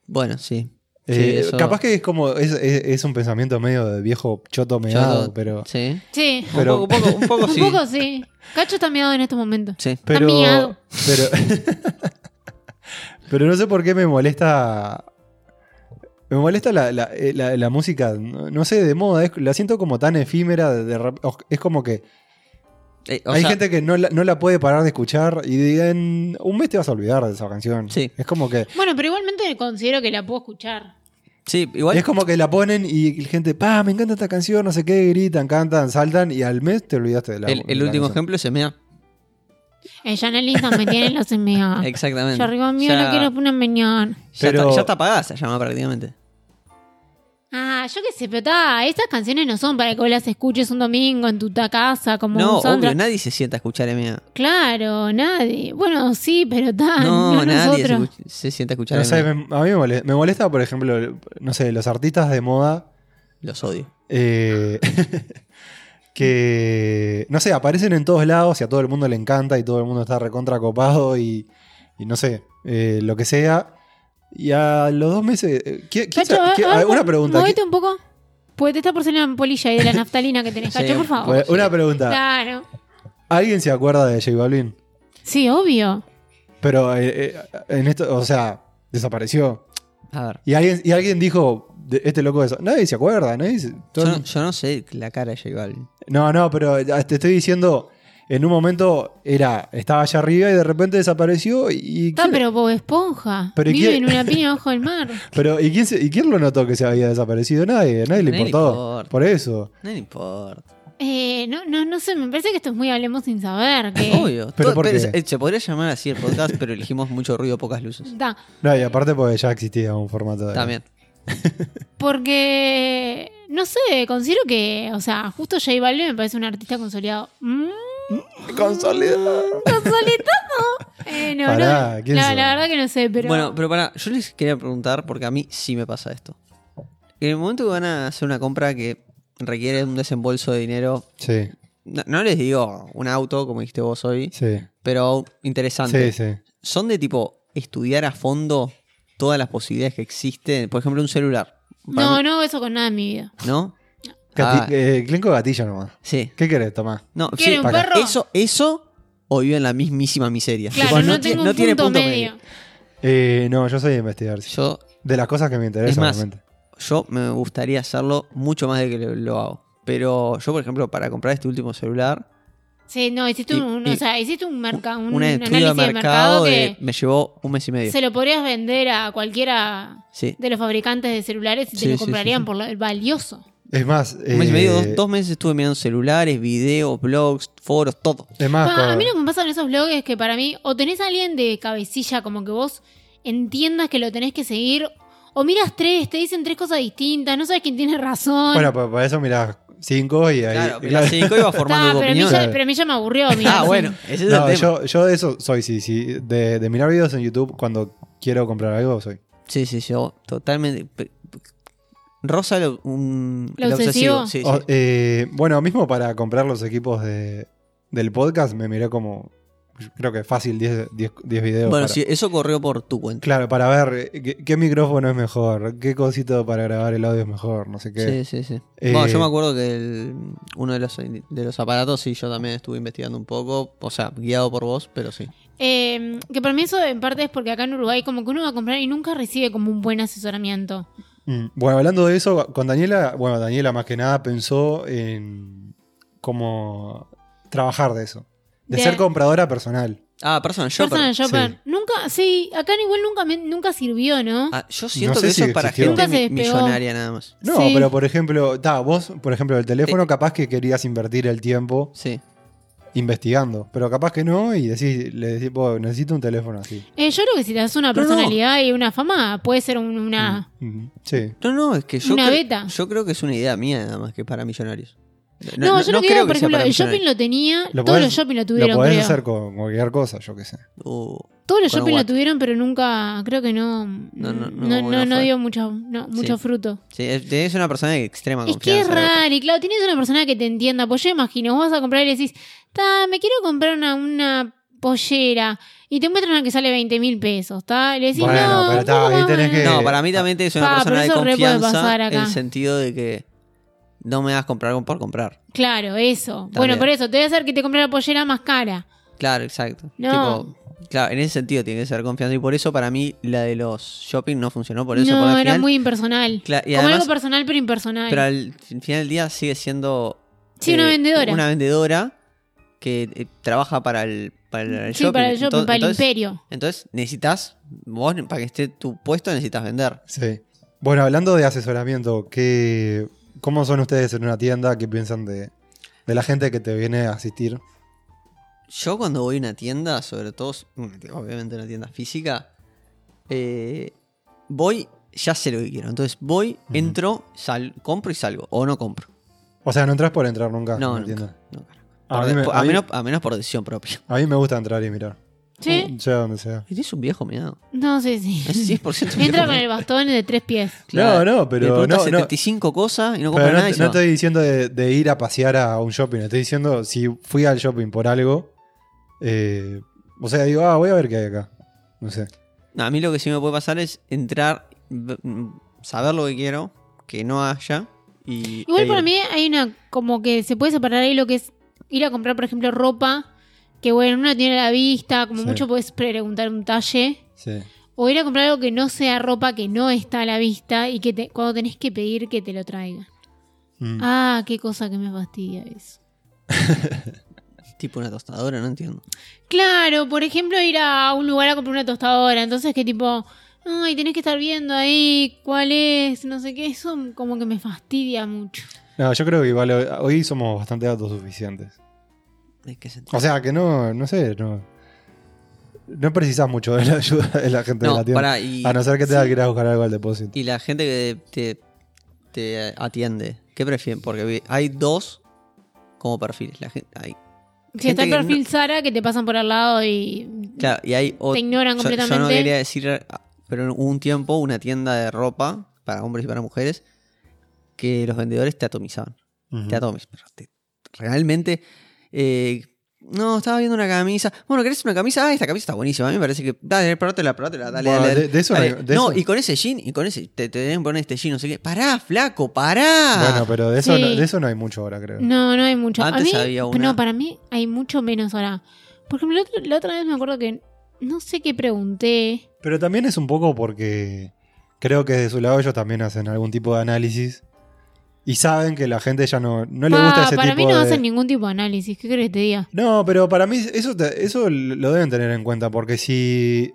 A: Bueno, sí. Sí,
B: Eh,
A: eso-
B: Capaz que es como, es, es- es un pensamiento medio de viejo choto meado,
A: Yo-
B: pero...
A: Sí.
C: Sí,
B: Pero-
A: Un poco, un poco, un poco
C: un
A: sí.
C: poco sí. Cacho está miado en este estos momentos.
A: Sí.
B: Pero,
C: miado.
B: pero, pero no sé por qué me molesta. Me molesta la, la- eh, la- la música, no no sé, de moda. es- la siento como tan efímera. de- de rep- o- es como que
A: Eh, o
B: hay
A: sea,
B: gente que no la, no la puede parar de escuchar y diga, en un mes te vas a olvidar de esa canción.
A: Sí.
B: Es como que
C: Bueno, pero igualmente considero que la puedo escuchar.
A: Sí, igual.
B: es como que la ponen y la gente, pa, me encanta esta canción, no sé qué, gritan, cantan, saltan y al mes te olvidaste de la
A: el,
B: de
A: el
B: la
A: último
B: canción.
A: ejemplo es EMEA.
C: Eh, ya en el Instagram me tienen los enviados.
A: Exactamente.
C: Yo Ah. arriba mío
A: Ya-
C: no quiero poner mañana.
A: Ya,
B: Pero-
A: está, ya está apagada esa llama prácticamente.
C: Ah, yo qué sé, pero ta, estas canciones no son para que vos las escuches un domingo en tu ta casa como
A: No,
C: un soundtrack.
A: obvio, nadie se sienta a escuchar EMEA.
C: Claro, nadie. Bueno, sí, pero tan,
A: No,
C: no,
A: nadie se,
C: nosotros.
A: escu- se sienta a escuchar
B: No sé,
A: EMEA.
B: me- a mí me molesta, me molesta, por ejemplo, no sé, los artistas de moda
A: Los odio.
B: eh, que, no sé, aparecen en todos lados y a todo el mundo le encanta y todo el mundo está recontra copado y, y no sé, eh, lo que sea. Y a los dos meses... eh, ¿quién- quién
C: Cacho,
B: se-
C: a-
B: quién-
C: a ver,
B: una
C: mo-
B: pregunta.
C: Movete un poco. Pues te está por salir una polilla ahí de la naftalina que tenés,
A: Sí,
C: Cacho, por
B: ¿quién-
C: favor.
B: bueno, una pregunta.
C: Claro.
B: ¿Alguien se acuerda de J Balvin?
C: Sí, obvio.
B: Pero eh, eh, en esto, o sea, desapareció.
A: A ver.
B: Y alguien, y alguien dijo, de- este loco de eso. Nadie se acuerda, nadie se-
A: Yo
B: todo-
A: no, yo no sé la cara de J Balvin.
B: No, no, pero ah, te estoy diciendo, en un momento era, estaba allá arriba y de repente desapareció y...
C: Está,
B: ¿quién-
C: pero Bob Esponja.
B: Pero ¿y
C: Vive
B: quién-
C: en una piña bajo el mar.
B: pero, ¿y, quién se- y quién lo notó que se había desaparecido? Nadie,
A: Nadie
B: nadie le
A: le
B: importó.
A: importa.
B: Por eso.
A: No le importa.
C: Eh, no, no, no sé, me parece que esto es muy hablemos sin saber. Que...
A: Obvio. Todo-
B: ¿Pero
A: eh,
B: por qué?
A: se- se podría llamar así el podcast, pero elegimos mucho ruido, pocas luces.
C: Ta,
B: No, y aparte porque ya existía un formato de...
A: También.
C: porque, no sé, considero que, o sea, justo J Balvin me parece un artista consolidado. Mm,
B: Consolidado.
C: ¿Consolidado? Eh, no,
B: Pará,
C: no,
B: ¿quién
C: la,
B: sos?
C: la verdad que no sé, pero...
A: Bueno, pero para, yo les quería preguntar, porque a mí sí me pasa esto. En el momento que van a hacer una compra que requiere un desembolso de dinero,
B: Sí,
A: no, no les digo un auto, como dijiste vos hoy,
B: sí.
A: pero
B: Sí,
A: interesante.
B: sí.
A: ¿Son de tipo estudiar a fondo todas las posibilidades que existen? Por ejemplo, un celular. Para
C: no,
A: mí-
C: no, eso con nada en mi vida.
A: ¿No?
B: Gati-
A: Ah.
B: eh, Clenco gatillo nomás.
A: Sí.
B: ¿Qué querés, Tomás?
A: No,
C: ¿Quiere
A: sí,
C: un
A: para-
C: perro?
A: Eso, eso o viven la mismísima miseria.
C: Claro,
A: Tipo,
C: no,
A: ti-
C: tengo un
A: no tiene
C: punto, medio.
B: Eh, no, yo soy de investigar. sí.
A: Yo,
B: De las cosas que me interesan,
A: Es más,
B: realmente.
A: yo me gustaría hacerlo mucho más de que lo, lo hago. Pero yo, por ejemplo, para comprar este último celular,
C: Sí, no, hiciste
A: Y-
C: un,
A: y-
C: o sea, hiciste un, merca- un,
A: un estudio de
C: análisis
A: mercado,
C: mercado
A: de-
C: que
A: me llevó un mes y medio.
C: se lo podrías vender a cualquiera
A: Sí.
C: de los fabricantes de celulares y
A: Sí,
C: te lo
A: sí, sí,
C: comprarían
A: sí.
C: por lo valioso.
B: Es más...
A: Un mes y medio,
B: eh,
A: dos, dos meses estuve mirando celulares, videos, blogs, foros, todo.
B: Es más,
C: Pa, a
B: con-
C: mí lo que me pasa en esos blogs es que para mí, o tenés a alguien de cabecilla, como que vos entiendas que lo tenés que seguir, o miras tres, te dicen tres cosas distintas, no sabes quién tiene razón.
B: Bueno, pues para eso mirás cinco y ahí.
A: Claro, pero
B: claro.
A: así que iba formando
C: Ta,
A: tu
C: pero, a mí
A: opinión.
C: ya, pero a mí ya me aburrió. mirá,
A: Ah,
C: sí.
A: bueno, ese es
B: No,
A: el tema.
B: yo, yo de eso soy, sí, sí. De, de mirar videos en YouTube cuando quiero comprar algo, soy.
A: Sí, sí, yo totalmente. pe- pe- Rosa lo, un-
C: ¿Lo
A: lo obsesivo.
C: obsesivo?
A: Sí, sí.
B: O- eh, bueno, mismo para comprar los equipos de, del podcast me miré como, yo creo que fácil 10 10 10 videos.
A: bueno,
B: para,
A: sí, eso corrió por tu cuenta.
B: Claro, para ver eh, qué, qué micrófono es mejor, qué cosito para grabar el audio es mejor, no sé
A: Sí,
B: qué.
A: sí, sí.
B: Eh,
A: Bueno, yo me acuerdo que el- uno de los, de los aparatos, sí, yo también estuve investigando un poco, o sea, guiado por vos, pero sí.
C: Eh, que para mí eso en parte es porque acá en Uruguay como que uno va a comprar y nunca recibe como un buen asesoramiento.
B: Mm, Bueno, hablando de eso, con Daniela, bueno, Daniela más que nada pensó en cómo trabajar de eso. De,
C: De-
B: ser compradora personal.
A: Ah, Personal Shopper.
C: Personal shopper. Nunca, sí, acá en igual nunca, me- nunca sirvió, ¿no?
A: Ah, yo siento
B: No sé
A: que eso
B: si
A: es para
B: existió.
A: gente
C: Nunca se
A: mi-
C: despegó.
A: millonaria nada más.
B: No,
C: Sí. Eh,
B: pero por ejemplo, ta, vos, por ejemplo, el teléfono capaz que querías invertir el tiempo
A: Sí.
B: investigando, pero capaz que no y decís, le decís, "Vos, necesito un teléfono así.
C: Eh, yo creo que si te das una
A: No, no.
C: personalidad y una fama, puede ser un- una...
B: Mm, Sí.
A: No, no, es que yo,
C: Una
A: cre-
C: beta.
A: yo creo que es una idea mía nada más que para millonarios.
C: No, yo lo que digo, por ejemplo, el shopping lo tenía,
B: Lo
C: todos
B: podés-
C: los shopping lo
B: Lo
C: tuvieron,
B: podés
C: creo.
B: hacer con cualquier cosa, yo qué sé.
A: Uh,
C: Todos los
A: con un
C: shopping lo
A: guacho.
C: tuvieron, pero nunca, creo que no,
A: no,
C: no,
A: no,
C: no,
A: bueno,
C: no
A: fue.
C: dio mucho, no, mucho fruto.
A: sí, es- tenés una persona de extrema
C: Es que
A: confianza.
C: es raro, y claro, tienes una persona que te entienda, pues yo imagino, vos vas a comprar y le decís, ta, me quiero comprar una, una pollera, y te muestran una que sale 20 mil pesos, ta, y le decís,
B: Bueno,
C: no,
B: pero
C: un
B: ta,
C: poco
B: ahí
C: más,
B: tenés que-
A: No, para mí también tenés una
C: Pa,
A: persona
C: pero
A: de
C: eso re puede
A: confianza
C: pasar
A: en
C: acá.
A: el sentido de que no me hagas comprar algo por comprar.
C: Claro, eso. Bueno, por eso, te voy a hacer que te compre la pollera más cara.
A: Claro, exacto.
C: No.
A: Tipo, claro, en ese sentido tiene que ser confianza. Y por eso para mí la de los shopping no funcionó. Por eso,
C: no,
A: por al
C: era
A: final-
C: muy impersonal.
A: Claro, y
C: Como
A: además-
C: algo personal, pero impersonal.
A: Pero al fin- final del día sigue siendo. eh,
C: Sí, una vendedora.
A: Una vendedora que eh, trabaja para el, para el
C: sí,
A: shopping.
C: para el shopping,
A: Entonces-
C: para el
A: entonces-
C: imperio.
A: Entonces necesitas, vos para que esté tu puesto necesitas vender.
B: Sí. Bueno, hablando de asesoramiento, ¿qué, ¿cómo son ustedes en una tienda? ¿Qué piensan de, de la gente que te viene a asistir?
A: Yo cuando voy a una tienda, sobre todo, una tienda- obviamente una tienda física, eh, voy, ya sé lo que quiero. Entonces voy,
B: Ujú.
A: entro, sal, compro y salgo. O no compro.
B: O sea, no entras por entrar nunca.
A: no,
B: No, entiendo.
A: nunca, nunca.
B: Ah, A
A: Por
B: mí
A: de-
B: me-
A: por-
B: a
A: a,
B: mí-
A: menos, a menos por decisión propia.
B: A mí me gusta entrar y mirar.
C: ¿Sí?
B: Sea donde sea.
A: Eres un viejo meado.
C: No, sí, sí.
A: Es 100% viejo
C: Entra con
A: meado.
C: el bastón de tres pies.
A: Claro,
B: No, no, pero
A: Le preguntas
B: no, no.
A: 75 cosas y no compra
B: Pero
A: nada.
B: no,
A: y
B: te-
A: se
B: no
A: va.
B: estoy diciendo de, de ir a pasear a un shopping. Estoy diciendo si fui al shopping por algo. eh, o sea, digo, ah, voy a ver qué hay acá. No sé.
A: No, a mí lo que sí me puede pasar es entrar, b- m- saber lo que quiero, que no haya. Y
C: Igual
A: e
C: para
A: ir.
C: mí hay una, como que se puede separar ahí lo que es ir a comprar, por ejemplo, ropa, que bueno, uno tiene la vista, como
B: Sí.
C: mucho puedes preguntar un talle,
B: Sí.
C: o ir a comprar algo que no sea ropa, que no está a la vista y que te- cuando tenés que pedir que te lo traigan.
B: Mm.
C: Ah, qué cosa que me fastidia eso.
A: Tipo una tostadora, no entiendo.
C: Claro, por ejemplo, ir a un lugar a comprar una tostadora, entonces que tipo, ay, tenés que estar viendo ahí cuál es, no sé qué, eso como que me fastidia mucho.
B: No, yo creo que igual hoy- hoy somos bastante autosuficientes.
A: ¿De qué sentido?
B: O sea, que no, no sé, no. No precisas mucho de la ayuda de la gente de
A: no,
B: la tienda.
A: pará, y,
B: A no ser que tengas que ir a buscar algo al depósito.
A: y la gente que te, te atiende, ¿qué prefieren? Porque vi- hay dos como perfiles. La gente, hay,
C: Si
A: Gente
C: está el
A: que
C: perfil Sara, que te pasan por al lado y
A: claro, y hay ot-
C: Te ignoran
A: yo- Yo no
C: completamente.
A: quería decir, pero hubo un tiempo una tienda de ropa para hombres y para mujeres que los vendedores te atomizaban.
B: Ujú.
A: te atomes. Pero te- realmente. eh, no, estaba viendo una camisa. Bueno, ¿querés una camisa? Ah, esta camisa está buenísima. A mí me parece que. Dale, probátela, probátela. Dale,
B: Bueno,
A: dale.
B: de- de eso
A: dale.
B: no- de
A: no,
B: eso-
A: y con ese jean, y con ese. Te, te deben poner este jean, no sé qué. Pará, flaco, pará.
B: Bueno, pero de eso,
C: Sí.
B: no, de eso no hay mucho ahora, creo.
C: No, no hay mucho. A
A: Antes
C: mí-
A: había una.
C: No, para mí hay mucho menos ahora. Por ejemplo, la otra, la otra vez me acuerdo que no sé qué pregunté.
B: Pero también es un poco porque creo que de su lado ellos también hacen algún tipo de análisis y saben que la gente ya no, no le
C: Pa,
B: gusta ese
C: Ah, para
B: tipo
C: mí no
B: de...
C: hacen ningún tipo de análisis. ¿Qué crees que te diga?
B: No, pero para mí eso, te- eso lo deben tener en cuenta porque si,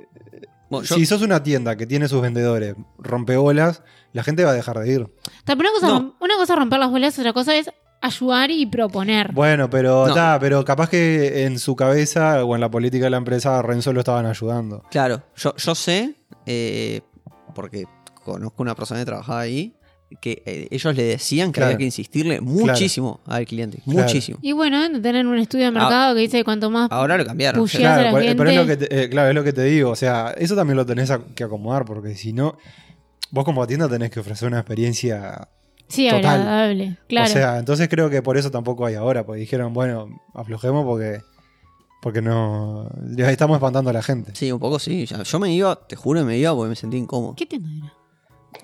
A: Bueno, yo-
B: si sos una tienda que tiene sus vendedores rompebolas, la gente va a dejar de ir.
C: Ta, pero una, cosa,
A: No.
C: una cosa es romper las bolas, otra cosa es ayudar y proponer.
B: Bueno, pero
A: No.
B: ta, pero capaz que en su cabeza o en la política de la empresa a Renzo lo estaban ayudando.
A: Claro, yo, yo sé, eh, porque conozco una persona que trabajaba ahí, que eh, ellos le decían que
B: Claro.
A: había que insistirle muchísimo al cliente.
B: Claro.
A: Muchísimo.
C: Y bueno, deben de tener un estudio de
B: Ah.
C: mercado que dice que cuanto más.
A: Ahora lo cambiaron.
C: Push-
A: yo-
C: Llegas a la
B: Claro, por- eh, pero es lo, que
C: gente.
B: te, eh, claro, es lo que te digo. O sea, eso también lo tenés a- que acomodar porque si no, vos como tienda tenés que ofrecer una experiencia.
C: sí,
B: total.
C: agradable. Claro.
B: O sea, entonces creo que por eso tampoco hay ahora, porque dijeron, bueno, aflojemos porque, porque no. les Estamos espantando a la gente.
A: Sí, un poco sí. Ya- Yo me iba, te juro, me iba porque me sentí incómodo.
C: ¿Qué tienda era?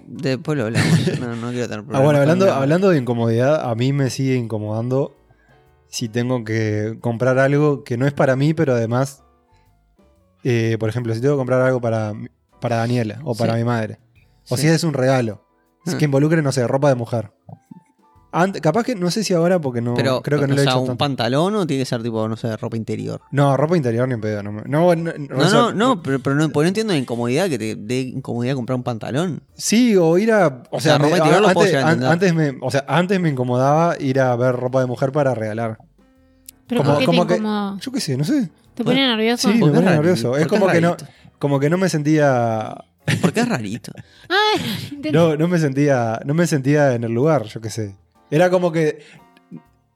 A: Después lo hablamos. No, no quiero tener problemas.
B: Ah, bueno, hablando,
A: con la-
B: hablando de incomodidad, a mí me sigue incomodando si tengo que comprar algo que no es para mí, pero además, eh, por ejemplo, si tengo que comprar algo para, mi- para Daniela o para
A: Sí.
B: mi madre, o
A: Sí.
B: si es un regalo, es
A: Ah.
B: que involucre, no sé, ropa de mujer. Ant- capaz que, no sé si ahora, porque no,
A: Pero,
B: creo que no
A: o
B: lo he
A: sea,
B: hecho
A: un
B: tanto.
A: pantalón o tiene que ser tipo, no sé, ropa interior.
B: No, ropa interior ni en pedo. No, me- no, no,
A: No,
B: eso-
A: no, no, pero, pero no, porque no entiendo la incomodidad que te dé incomodidad comprar un pantalón.
B: Sí, o ir a. O,
A: O sea,
B: sea,
A: ropa
B: me-
A: interior lo
B: antes,
A: puedo llegar a
B: an-
A: entender.
B: antes me, o sea, antes me incomodaba ir a ver ropa de mujer para regalar.
C: Pero
B: Como-
C: ¿por qué te
B: como que-
A: Ah.
C: incomoda?
B: Yo qué sé, no sé.
C: ¿Te pone nervioso?
B: Sí, me
A: ¿Por qué
B: pone
A: rarito?
B: nervioso.
A: ¿Por
B: Es
A: qué
B: como que, no,
A: rarito?
B: como que no me sentía.
A: Porque es rarito.
C: Ah,
B: No, no me sentía. No me sentía en el lugar, yo qué sé. Era como que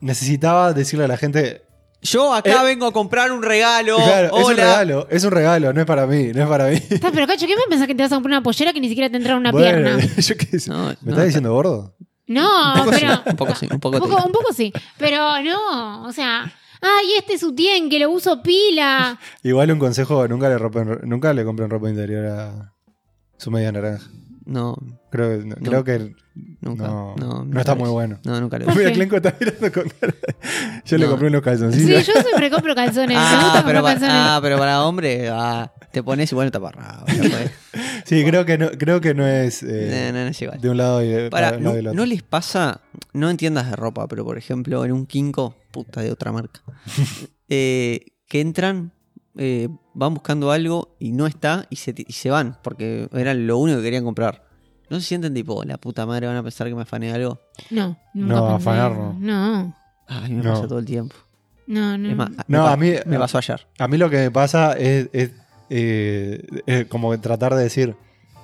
B: necesitaba decirle a la gente.
A: Yo acá
B: Eh.
A: vengo a comprar un regalo.
B: claro, es un
A: Hola.
B: regalo, es un regalo, no es para mí, no es para mí.
C: Ta, pero cacho, ¿qué me pensás que te vas a comprar una pollera que ni siquiera te entra una
B: Bueno,
C: pierna?
B: yo qué sé.
A: No,
B: ¿Me
A: no,
B: estás diciendo gordo?
C: No,
A: Un poco sí,
C: pero.
A: un poco sí, un poco
C: un,
A: te
C: poco,
A: digo.
C: un poco sí. Pero no, o sea. ¡Ay, este es Utien que lo uso pila!
B: Igual un consejo, nunca le rompen- nunca le compren ropa interior a su media naranja.
A: No,
B: Creo,
A: No.
B: no, creo que
A: nunca. No,
B: No, no
A: nunca
B: está
A: lo
B: muy
A: hice.
B: bueno.
A: No, nunca lo hice.
B: Mira,
C: qué?
B: Clenco está mirando con cara. Yo le
A: No.
B: compré unos
C: Sí,
B: calzoncillos.
C: yo siempre compro calzones. me
A: Ah,
C: gusta
A: pero,
C: comprar
A: pa-
C: calzones.
A: ah, pero para hombre, ah, te pones igual no te parraba.
B: Sí, creo que no, creo que no es eh,
A: no, no, no es igual.
B: de un lado y de,
A: Para,
B: para un
A: no,
B: lado y del
A: no
B: otro.
A: les pasa, no entiendas de ropa, pero por ejemplo, en un Kinko, puta de otra marca, eh, que entran, eh, van buscando algo y no está y se, ti- y se van, porque era lo único que querían comprar. ¿No se sienten tipo, la puta madre, van a pensar que me afané algo?
C: No, nunca
B: No,
C: pensé.
B: afanar no.
C: No.
A: Ay, me
B: No.
A: pasa todo el tiempo.
C: No, no.
A: Es más,
C: no.
A: me
B: No,
A: pa-
B: a mí-
A: me pasó ayer.
B: A mí lo que me pasa es, es, eh, es como tratar de decir,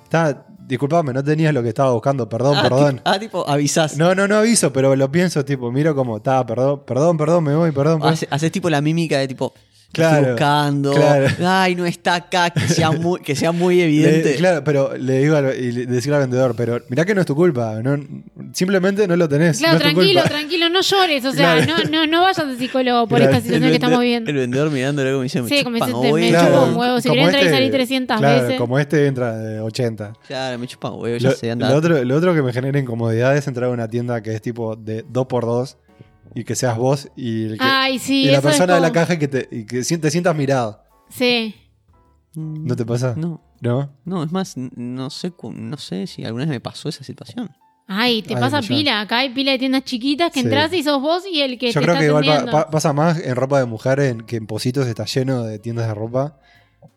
B: "Ta, disculpame, no tenías lo que estaba buscando, perdón,
A: ah,
B: perdón.
A: tipo- ah, tipo, avisás.
B: No, no, no aviso, pero lo pienso, tipo, miro como, está, perdón, perdón, perdón, me voy, perdón. perdón".
A: Haces, haces tipo la mímica de tipo.
B: Claro,
A: estoy buscando.
B: claro.
A: Ay, no está acá. Que sea muy, que sea muy evidente.
B: Le- claro, pero le digo al, y le- decirle al vendedor, pero mirá que no es tu culpa, no, simplemente no lo tenés.
C: Claro,
B: no es tu
C: tranquilo,
B: culpa.
C: tranquilo, no llores. O sea,
B: Claro.
C: no, no, no vayas de psicólogo por
B: Claro,
C: esta situación que estamos viviendo.
A: El vendedor mirándolo como diciendo,
C: Sí, como
A: me chupan
C: diciendo, me
A: huevo.
C: chupa un huevo. Si
B: como este,
C: querés entrar y salir 300
B: claro,
C: veces.
B: como este entra de 80.
A: Claro, me chupan huevo, ya
B: Lo,
A: sé,
B: lo
A: anda.
B: otro, lo otro que me genera incomodidad es entrar a una tienda que es tipo de 2x2 y que seas vos y, el que-
C: Ay, sí,
B: y la
C: eso es
B: persona de la
C: como-
B: caja y que, te, y que si- te sientas mirado.
C: Sí.
A: Mm,
B: ¿No te pasa?
A: No,
B: ¿No?
A: no, es más, n- no sé, cu- no sé si alguna vez me pasó esa situación.
C: Ay, te
B: Ay,
C: pasa
B: millón.
C: pila. Acá hay pila de tiendas chiquitas que
B: Sí.
C: entras y sos vos y el que
B: Yo
C: te
B: creo
C: está
B: que igual pa-
C: atendiendo.
B: pa- pasa más en ropa de mujer en- que en Positos está lleno de tiendas de ropa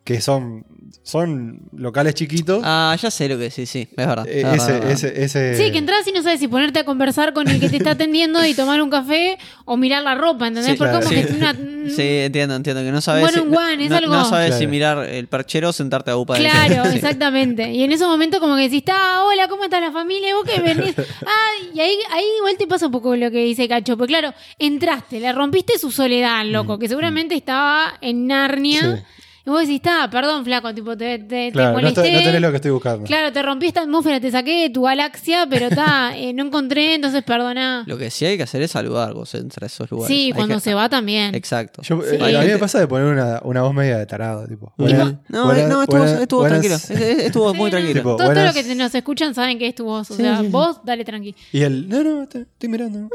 B: que son, son locales chiquitos.
A: Ah, ya sé lo que sí, sí, es verdad.
B: Eh,
A: es verdad, es
B: ese,
A: verdad.
B: ese, ese-
C: Sí, que entras y no sabes si ponerte a conversar con el que te está atendiendo y tomar un café o mirar la ropa, ¿entendés?
A: Sí,
C: Porque
A: claro.
C: como
A: Sí.
C: que es una...
A: Sí, entiendo, entiendo que no sabes.
C: Bueno,
A: si-
C: un guan, es
A: no,
C: algo-
A: no sabes si
B: Claro.
A: mirar el perchero o sentarte a upa de
C: Claro,
A: Sí.
C: exactamente. Y en ese momento como que decís, ah, hola, ¿cómo está la familia? ¿Y ¿Vos qué venís? Ah, y ahí, ahí igual te pasa un poco lo que dice Cacho. Porque claro, entraste, le rompiste su soledad, loco, que seguramente estaba en Narnia.
B: Sí.
C: Y vos decís, ah, perdón, flaco, tipo, te, te- te
B: Claro, no,
C: molesté.
B: estoy- no tenés lo que estoy buscando.
C: Claro, te rompí esta atmósfera, te saqué de tu galaxia, pero está, no encontré, entonces perdoná.
A: Lo que sí hay que hacer es saludar vos entre esos lugares.
C: Sí,
A: Hay
C: cuando
A: que-
C: se va también.
A: Exacto.
B: Yo-
C: Sí.
B: eh, a mí me pasa de poner una, una voz media de tarado, tipo.
A: Y
B: buenas-
A: va- No, eh,
B: buenas-
A: no, estuvo,
B: buenas-
A: estuvo
B: buenas-
A: tranquilo. Es- es- Estuvo muy
C: Sí, no,
A: tranquilo.
B: Tipo,
C: todo, todo
B: buenas-
C: lo que te- nos escuchan saben que es tu voz. O
A: Sí,
C: sea,
A: sí, sí.
C: vos dale tranqui.
B: Y él, no, no, te- estoy mirando. no,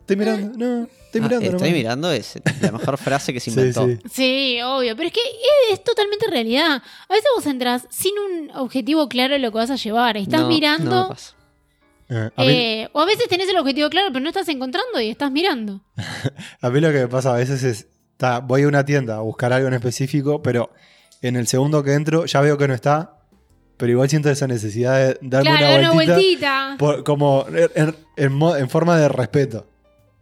B: Estoy mirando, no, estoy
A: Ah,
B: mirando.
A: estoy
B: nomás".
A: mirando es la mejor frase que se
B: Sí,
A: inventó.
B: sí.
C: Sí, obvio. Pero es que es, es totalmente realidad. A veces vos entras sin un objetivo claro de lo que vas a llevar. Estás
A: No, no me
C: mirando.
A: pasa.
B: Eh, a, mí,
C: eh, o a veces tenés el objetivo claro, pero no estás encontrando y estás mirando.
B: a mí lo que me pasa a veces es, ta, voy a una tienda a buscar algo en específico, pero en el segundo que entro ya veo que no está, pero igual siento esa necesidad de darme
C: claro,
B: una
C: da
B: vueltita,
C: vueltita.
B: por- como en, en- en mo- en forma de respeto.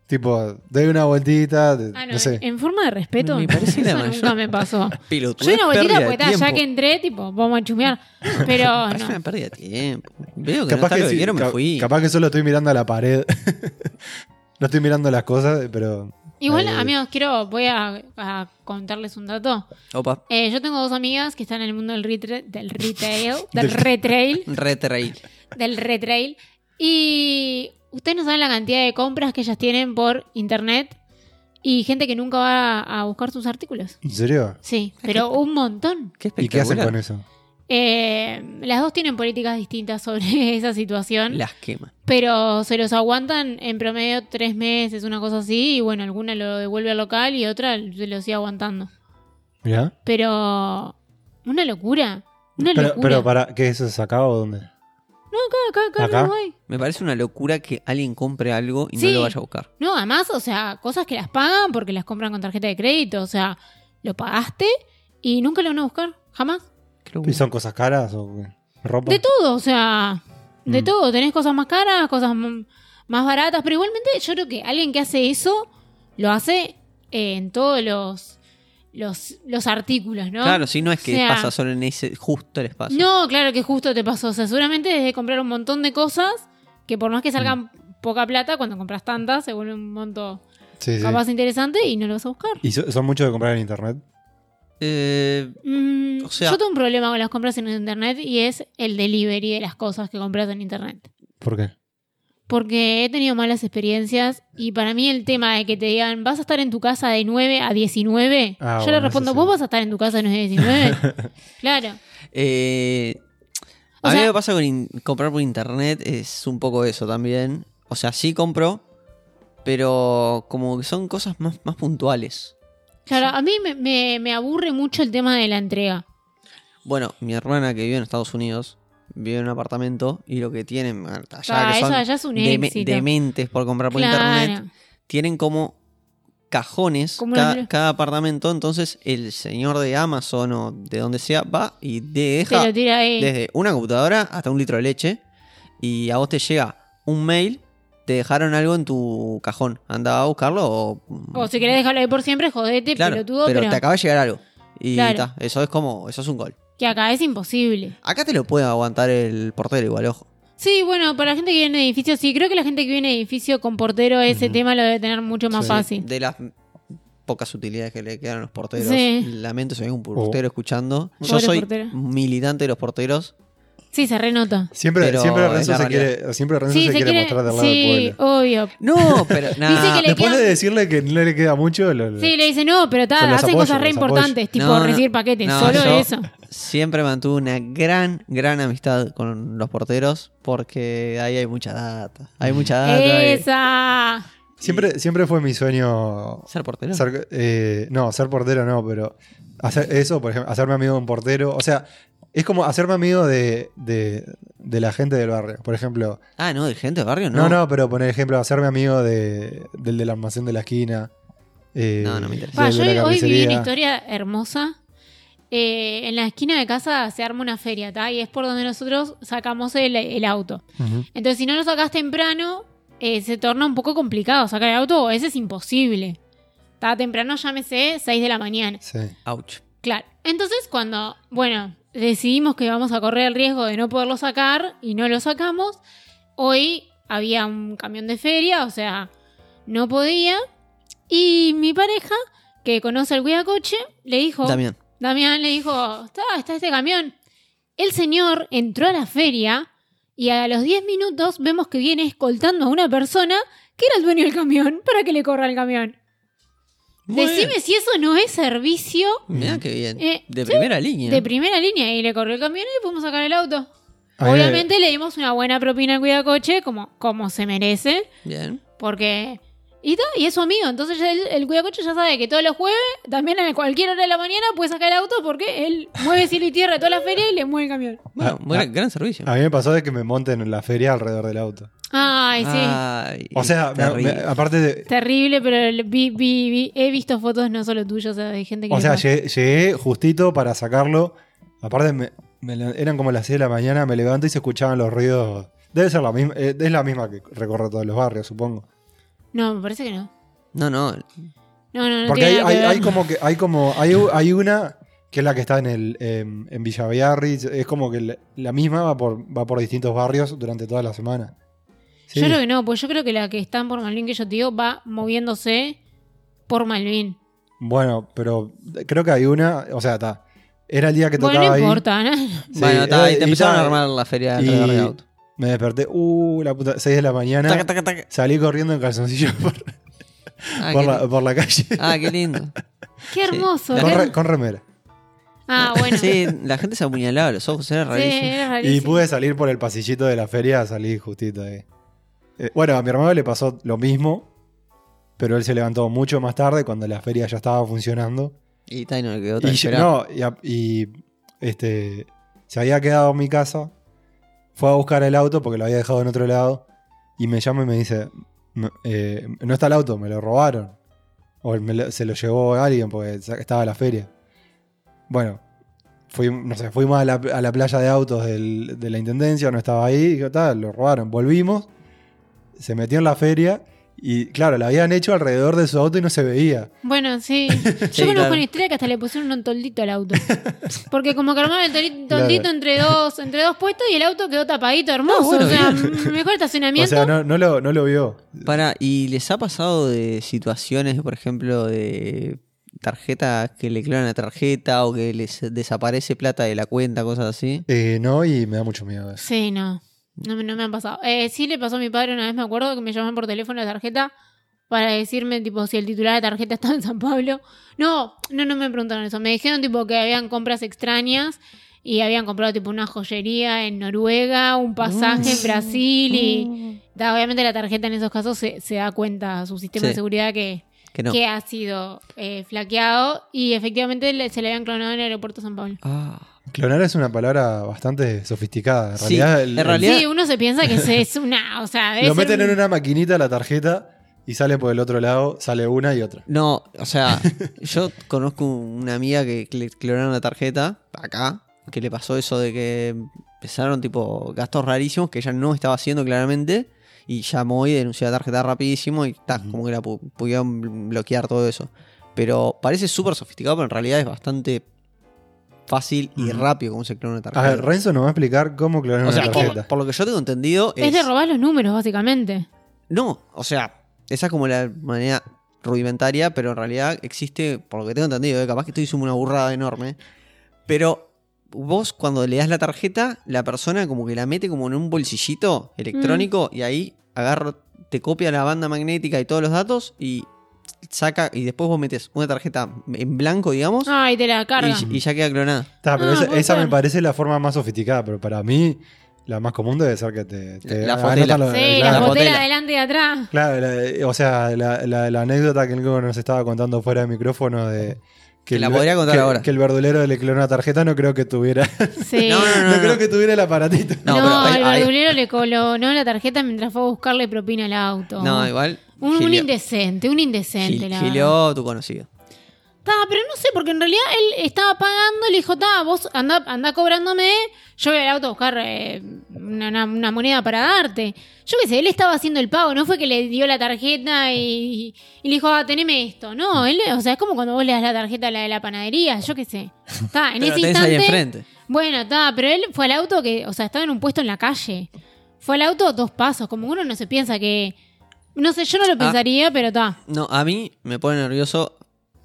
B: Tipo, doy una vueltita, de-
C: Ah,
B: no sé.
C: en- En forma de respeto,
A: Me parece la
C: eso
A: mayor-
C: nunca me pasó.
A: Piloto,
C: Yo di una
A: pérdida
C: vueltita
A: de
C: porque ta, ya
A: tiempo.
C: que entré, tipo, vamos a chumear. Pero
A: Parece
C: no.
A: una pérdida de tiempo. Veo que no está lo que
B: sí,
A: quiero, me
B: ca-
A: fui.
B: capaz que solo estoy mirando a la pared. no estoy mirando las cosas, pero.
C: Igual,
B: eh,
C: amigos, quiero, voy a, a contarles un dato.
A: Opa,
C: Eh, yo tengo dos amigas que están en el mundo del, retra- del retail, del retrail,
A: retrail.
C: del retrail. Y ustedes no saben la cantidad de compras que ellas tienen por internet y gente que nunca va a, a buscar sus artículos.
B: ¿En serio?
C: Sí, pero un montón.
A: Qué
B: ¿Y qué hacen
A: espectacular.
B: con eso?
C: Eh, las dos tienen políticas distintas sobre esa situación.
A: Las quema.
C: Pero se los aguantan en promedio tres meses, una cosa así, y bueno, alguna lo devuelve al local y otra se lo sigue aguantando.
B: Mirá.
C: Pero una locura. Una
B: Pero,
C: locura.
B: pero para, ¿qué eso se acaba o dónde?
C: No, acá, acá, acá,
B: ¿Acá?
C: en Uruguay.
A: Me parece una locura que alguien compre algo y
C: Sí.
A: no lo vaya a buscar.
C: No, además, o sea, cosas que las pagan porque las compran con tarjeta de crédito. O sea, lo pagaste y nunca lo van a buscar. Jamás.
A: Creo
B: ¿Y son cosas caras o qué? ropa?
C: De todo, o sea, de
B: Mm.
C: todo. Tenés cosas más caras, cosas m- más baratas, pero igualmente yo creo que alguien que hace eso lo hace eh, en todos los, los, los artículos, ¿no?
A: Claro, sí, no es que
C: O sea,
A: pasa solo en ese justo el espacio.
C: No, claro que justo te pasó. O sea, seguramente desde comprar un montón de cosas que por más
B: Mm.
C: que salgan poca plata, cuando compras tantas se vuelve un monto
B: Sí, sí.
C: capaz interesante y no lo vas a buscar.
B: ¿Y so- son muchos de comprar en internet?
A: Eh,
C: Mm,
A: O sea-
C: yo tengo un problema con las compras en internet y es el delivery de las cosas que compras en internet.
B: ¿Por qué?
C: Porque he tenido malas experiencias y para mí el tema de que te digan, vas a estar en tu casa de 9 a 19,
B: Ah,
C: yo
B: bueno,
C: le respondo,
B: eso sí.
C: vos vas a estar en tu casa de 9 a 19. claro.
A: eh,
C: O
A: a mí
C: sea-
A: me pasa con in- comprar por internet es un poco eso también. O sea, sí compro, pero como que son cosas más, más puntuales.
C: Claro, a mí me, me- me aburre mucho el tema de la entrega.
A: Bueno, mi hermana que vive en Estados Unidos vive en un apartamento y lo que tienen Marta, allá
C: Ah,
A: que
C: eso
A: son
C: allá es un
A: deme-
C: éxito.
A: dementes por comprar por internet,
C: Claro.
A: tienen como cajones
C: Como
A: ca-
C: los-
A: cada apartamento, entonces el señor de Amazon o de donde sea va y
C: Te
A: deja
C: lo tira ahí.
A: desde una computadora hasta un litro de leche y a vos te llega un mail te dejaron algo en tu cajón. Anda a buscarlo o. mm,
C: O si querés dejarlo ahí por siempre, jodete,
A: claro,
C: pelotudo,
A: pero
C: Oh, pero,
A: te acaba de llegar algo. Y
C: Claro.
A: ta, eso es como. Eso es un gol.
C: que acá es imposible.
A: Acá te lo puede aguantar el portero igual, ojo.
C: Sí, bueno, para la gente que viene de edificio, sí, creo que la gente que viene de edificio con portero ese
A: Ujú.
C: tema lo debe tener mucho más
B: Sí.
C: fácil.
A: De las pocas utilidades que le quedan a los porteros.
C: Sí.
A: Lamento si hay un portero escuchando. Yo
C: Pobre
A: soy
C: portero.
A: militante de los porteros.
C: Sí, se renota.
B: Siempre,
A: Pero
B: siempre
A: es
B: Renzo,
A: la
B: se
A: realidad.
B: quiere, siempre Renzo
C: Sí,
B: se,
C: se
B: quiere,
C: quiere.
B: mostrar del lado
C: Sí,
B: del pueblo.
C: obvio.
A: No, pero nada.
C: que le
B: Después
C: quedan-
B: de decirle que no le queda mucho, lo- lo-
C: Sí, le dice, no, pero ta,
B: Yo los
C: hacen
B: apoyo,
C: cosas re
B: los apoyo.
C: importantes, tipo
A: No, no,
C: recibir paquetes,
A: no,
C: solo
A: yo-
C: eso.
A: Siempre mantuve una gran, gran amistad con los porteros porque ahí hay mucha data. Hay mucha
B: Ah,
A: data. y-
C: Esa.
B: siempre, siempre fue mi sueño
A: ¿Ser portero?
B: Ser- eh, no, ser portero no, pero hacer eso, por ejemplo, hacerme amigo de un portero. O sea, es como hacerme amigo de, de- de la gente del barrio. Por ejemplo,
A: Ah, no, de gente de barrio, no.
B: no, no, pero por ejemplo, hacerme amigo de, del del almacén de la esquina. eh,
A: No, no me interesa.
C: Pa,
B: del
C: yo
B: de la
C: hoy, hoy viví
B: carnicería.
C: una historia hermosa. Eh, en la esquina de casa se arma una feria, ta, y es por donde nosotros sacamos el, el auto.
B: Ujú.
C: Entonces, si no lo sacás temprano, eh, se torna un poco complicado sacar el auto, o ese es imposible. Está temprano, llámese 6 de la mañana.
B: Sí.
A: Ouch.
C: Claro. Entonces, cuando, bueno, decidimos que vamos a correr el riesgo de no poderlo sacar y no lo sacamos, hoy había un camión de feria, o sea, no podía. Y mi pareja, que conoce al cuidacoche, le dijo, Damián,
A: Damián.
C: le dijo, está, está este camión. El señor entró a la feria y a los 10 minutos vemos que viene escoltando a una persona que era el dueño del camión para que le corra el camión.
A: Muy
C: Decime si eso no es servicio
A: bien. Mirá qué bien.
C: Eh,
A: de
C: sí,
A: primera línea.
C: de primera línea y le corrió el camión y pudimos sacar el auto.
B: A mí me-
C: Obviamente le dimos una buena propina al cuidacoche, como, como se merece,
A: Bien.
C: porque... Y, ta, y es su amigo, entonces ya el, el cuidacoche ya sabe que todos los jueves, también a cualquier hora de la mañana, puede sacar el auto porque él mueve cielo y tierra toda la feria y le mueve el camión.
A: Bueno,
B: Ah,
A: buena-
B: ah.
A: gran servicio.
B: A mí me pasó de que me monten en la feria alrededor del auto.
C: Ay, sí.
A: Ah. Ay,
B: O sea, me-
A: terrible.
B: me- aparte de.
C: Terrible, pero el- vi- vi- vi- he visto fotos no solo tuyas, o sea, de gente que...
B: O
C: le
B: sea,
C: pasa.
B: llegué, llegué justito para sacarlo. Aparte, me- me le- eran como las 6 de la mañana, me levanto y se escuchaban los ruidos. Debe ser la misma, eh, es la misma que recorre todos los barrios, supongo.
C: No, me parece que no.
A: No, no.
C: No, no, no.
B: Porque hay,
C: tiene nada que
B: hay-
C: ver.
B: hay como que hay como hay, u- hay una que es la que está en el em, en Villaviarri, es como que la- la misma va por va por distintos barrios durante toda la semana. Sí.
C: Yo creo que no, pues yo creo que la que están por Malvin que yo te digo va moviéndose por Malvin.
B: Bueno, pero creo que hay una, o sea, está. Era el día que
C: Bueno,
B: tocaba
C: no
B: ahí.
C: importa, ¿no?
B: Sí,
A: bueno, está, ahí
B: eh,
A: te
B: y
A: empezaron
B: ta,
A: a armar la feria
B: y-
A: alrededor de auto.
B: Me desperté, uh, la puta, 6 de la mañana.
A: Taca, taca, taca.
B: Salí corriendo en calzoncillo por,
A: Ah,
B: por
A: qué
B: la,
A: lindo.
B: por la calle.
A: Ah, qué lindo.
C: Qué
A: Sí.
C: hermoso. qué
B: con,
C: her-
B: re- con remera.
C: Ah, bueno. Sí,
A: Sí, la gente se apuñalaba los ojos, era rarísimo.
C: era
B: Y
C: rarísimo.
B: pude salir por el pasillito de la feria, salí justito ahí. Eh, bueno, a mi hermano le pasó lo mismo, pero él se levantó mucho más tarde cuando la feria ya estaba funcionando.
A: Y está, y no le quedó otra
B: Y
A: que
B: yo-
A: esperar.
B: no, y, a- y, este se había quedado en mi casa, fue a buscar el auto porque lo había dejado en otro lado, y me llama y me dice, "M- eh, no está el auto, me lo robaron. O me lo- se lo llevó alguien porque sa- estaba en la feria. Bueno, fui, no sé, fuimos a la, a la playa de autos del- de la Intendencia, no estaba ahí, y yo, "Ta, lo robaron. Volvimos, se metió en la feria, y claro, la habían hecho alrededor de su auto y no se veía.
C: Bueno, sí. Yo conozco
A: claro.
C: una historia que hasta le pusieron un toldito al auto. Porque como que armaron el toli-
B: Claro.
C: toldito entre dos entre dos puestos y el auto quedó tapadito, hermoso.
A: No, bueno,
C: o sea, m- mejor
B: O
C: estacionamiento.
B: sea, no, no lo, no lo vio.
A: Para, ¿y les ha pasado de situaciones, por ejemplo, de tarjetas que le clonan la tarjeta o que les desaparece plata de la cuenta, cosas así?
B: Eh, no, y me da mucho miedo eso.
C: Sí, no. No, me- no me han pasado. Eh, sí le pasó a mi padre una vez, me acuerdo, que me llamaban por teléfono la tarjeta para decirme, tipo, si el titular de tarjeta estaba en San Pablo. No, no, no me preguntaron eso. Me dijeron, tipo, que habían compras extrañas y habían comprado, tipo, una joyería en Noruega, un pasaje en Brasil y... Da, obviamente la tarjeta en esos casos se, se da cuenta, su sistema
A: Sí.
C: de seguridad que,
A: Que no.
C: que ha sido eh, flaqueado y efectivamente le- se le habían clonado en el aeropuerto de San Pablo.
A: Ah,
B: Clonar es una palabra bastante sofisticada. En
A: Sí,
B: realidad, el-
A: en realidad-
C: Sí, uno se piensa que se- es una, o sea, debe
B: lo
C: ser
B: meten
C: un-
B: en una maquinita la tarjeta y sale por el otro lado, sale una y otra.
A: No, o sea, yo conozco una amiga que le clonaron la tarjeta acá, que le pasó eso de que empezaron tipo gastos rarísimos que ella no estaba haciendo claramente Y llamó y denunció la tarjeta rapidísimo y ta,
B: Ujú.
A: como que la pu- pudieron bloquear todo eso. Pero parece súper sofisticado, pero en realidad es bastante fácil y
B: Ujú.
A: rápido como se clona una
B: A
A: tarjeta.
B: ver, Renzo nos va a explicar cómo clonar
A: o sea,
B: una
A: por,
B: tarjeta.
A: por lo que yo tengo entendido es...
C: Es de robar los números, básicamente.
A: No, o sea, esa es como la manera rudimentaria, pero en realidad existe, por lo que tengo entendido, eh, capaz que estoy diciendo una burrada enorme, pero vos cuando le das la tarjeta, la persona como que la mete como en un bolsillito
C: Mm.
A: electrónico y ahí agarra, te copia la banda magnética y todos los datos y saca, y después vos metes una tarjeta en blanco, digamos,
C: Ay, te la carga.
A: y, y ya queda clonada.
B: Está, pero
C: Ah,
B: esa,
C: puede
B: esa me
C: ser.
B: parece la forma más sofisticada, pero para mí la más común debe ser que te... te
A: La
B: ah,
A: fotela.
B: anotan los-
C: Sí,
B: claro.
C: la
A: fotela.
C: botella adelante y atrás.
B: Claro, la- o sea, la, la- la anécdota que el Coco nos estaba contando fuera de micrófono de...
A: Que la
B: el-
A: podría contar
B: que-
A: ahora.
B: Que el verdulero le clonó una tarjeta no creo que tuviera...
C: Sí.
A: No, no,
B: No, creo que tuviera el aparatito.
A: No,
C: No,
A: pero ahí-
C: el
A: ahí-
C: verdulero le colonó la tarjeta mientras fue a buscarle propina al auto.
A: No, igual.
C: un, un
A: gileo-
C: indecente, un indecente.
A: gil-
C: la verdad.
A: gileó tu conocido.
C: Ta, pero no sé, porque en realidad él estaba pagando, le dijo, ta, vos anda, anda cobrándome, yo voy al auto a buscar eh, una, una- una moneda para darte. Yo qué sé, él estaba haciendo el pago, no fue que le dio la tarjeta y, y le dijo, ah, teneme esto. No, él, o sea, es como cuando vos le das la tarjeta a la de la panadería, yo qué sé. Ta, en
A: Pero
C: ese
A: tenés
C: instante.
A: ahí enfrente.
C: Bueno, está, pero él fue al auto que, o sea, estaba en un puesto en la calle. Fue al auto dos pasos, como uno no se piensa que. No sé, yo no
A: Ah.
C: lo pensaría, pero está.
A: No, a mí me pone nervioso.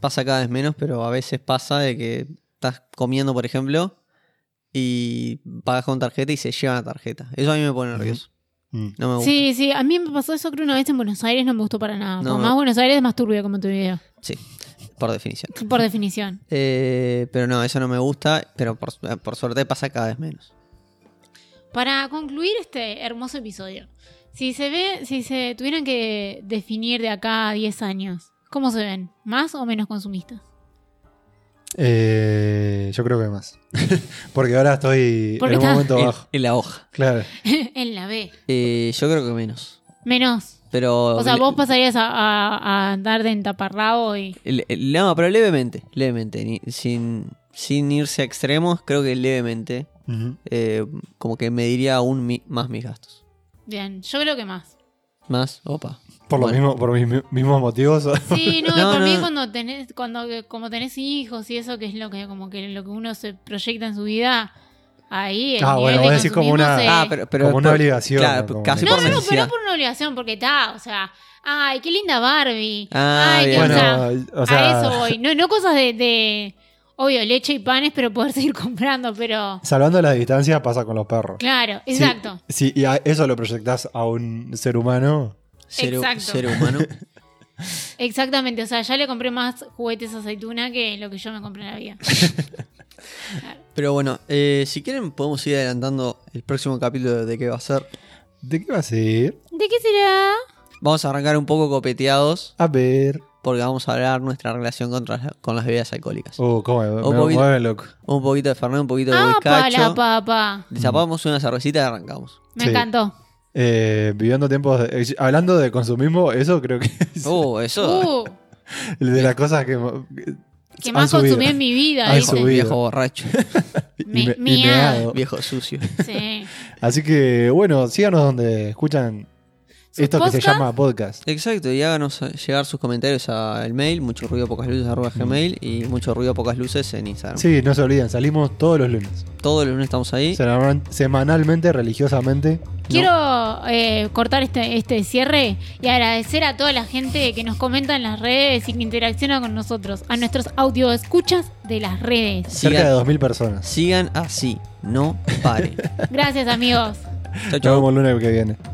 A: Pasa cada vez menos, pero a veces pasa de que estás comiendo, por ejemplo, y pagas con tarjeta y se llevan la tarjeta. Eso a mí me pone nervioso.
B: Mm.
A: No me gusta.
C: Sí, sí, a mí me pasó eso creo una vez en Buenos Aires, no me gustó para nada.
A: No, no.
C: Por más Buenos Aires, más turbio como tu video,
A: Sí, por definición.
C: por definición.
A: Eh, pero no, eso no me gusta, pero por, eh, por suerte pasa cada vez menos.
C: Para concluir este hermoso episodio, si se ve, si se tuvieran que definir de acá a 10 años, ¿cómo se ven? ¿Más o menos consumistas?
B: Eh, yo creo que más. Porque ahora estoy
C: Porque
B: en un
C: está-
B: momento
A: En,
B: bajo.
A: en la hoja.
B: Claro.
C: en la B.
A: Eh, yo creo que menos.
C: Menos.
A: Pero.
C: O sea, vos
A: le-
C: pasarías a, a- a andar de entaparrabo y.
A: le- No, pero levemente. Levemente. ni- sin, sin irse a extremos, creo que levemente.
B: Ujú.
A: eh, como que me diría aún mi- más mis gastos.
C: Bien, yo creo que más.
A: Más, opa.
B: Por lo
A: Bueno.
B: mismo, por mis mi- mismos motivos.
C: Sí, no, y
A: No,
C: por
A: no.
C: mí cuando tenés, cuando como tenés hijos y eso que es lo que como que lo que uno se proyecta en su vida, ahí el
B: Ah,
C: nivel
B: bueno,
C: de
B: vos decís como
C: consumismo
B: una-
C: se-
A: Ah, pero, pero
B: Como una
A: por-
B: obligación,
A: Claro,
B: como
A: casi
B: una-
C: No,
A: por
C: no, no, pero
A: necesidad.
C: no por una obligación, porque está, o sea, ay, qué linda Barbie.
A: Ah,
C: ay, qué-
A: bien.
C: o sea,
B: Bueno, o sea,
C: a eso voy. No, no cosas de, de, obvio, leche y panes, pero poder seguir comprando, pero
B: salvando las distancias pasa con los perros.
C: claro,
B: Sí,
C: exacto.
B: Sí, y a eso lo proyectás a un ser humano.
A: Ser, hu-
C: Exacto.
A: ser humano.
C: Exactamente, o sea, ya le compré más juguetes aceituna que lo que yo me compré en la vida.
A: Pero bueno, eh, si quieren podemos ir adelantando el próximo capítulo de qué va a ser.
B: ¿De qué va a ser?
C: ¿De qué será?
A: Vamos a arrancar un poco copeteados
B: A ver. porque
A: porque vamos a hablar nuestra relación contra- con las bebidas alcohólicas.
B: Uh, cómo me,
A: Un
B: me
A: poquito.
B: mueve loco.
A: Un poquito de Fernet, un poquito de
C: Ah, pa, la
A: bizcacho.
C: papa.
A: Destapamos una cervecita y arrancamos.
C: Me
B: Sí.
C: encantó.
B: Eh, viviendo tiempos. de- eh, hablando de consumismo, eso creo que es
A: Oh, eso.
C: Uh,
B: de las cosas que. mo-
C: que
B: han
C: más
B: subido.
C: consumí en mi vida,
B: Han
C: dice.
B: subido. Oh.
A: viejo borracho,
B: Y
C: Me-
B: me- y
C: meado.
B: meado.
A: viejo sucio.
C: Sí.
B: Así que, bueno, síganos donde escuchan
C: ¿Sus
B: esto que se
C: podcasts?
B: llama podcast.
A: Exacto, y háganos llegar sus comentarios al mail, mucho ruido pocas luces arroba gmail y mucho ruido pocas luces en Instagram.
B: Sí, no se olviden, salimos todos los lunes.
A: Todos los lunes estamos ahí.
B: Seman- Semanalmente, religiosamente.
C: Quiero eh, cortar este, este cierre y agradecer a toda la gente que nos comenta en las redes y que interacciona con nosotros, a nuestros audio escuchas de las redes.
B: Cerca
A: Sigan-
B: de 2.000 personas.
A: Sigan así, no paren.
C: Gracias amigos.
A: chau,
B: Nos
A: chau.
B: vemos el lunes que viene.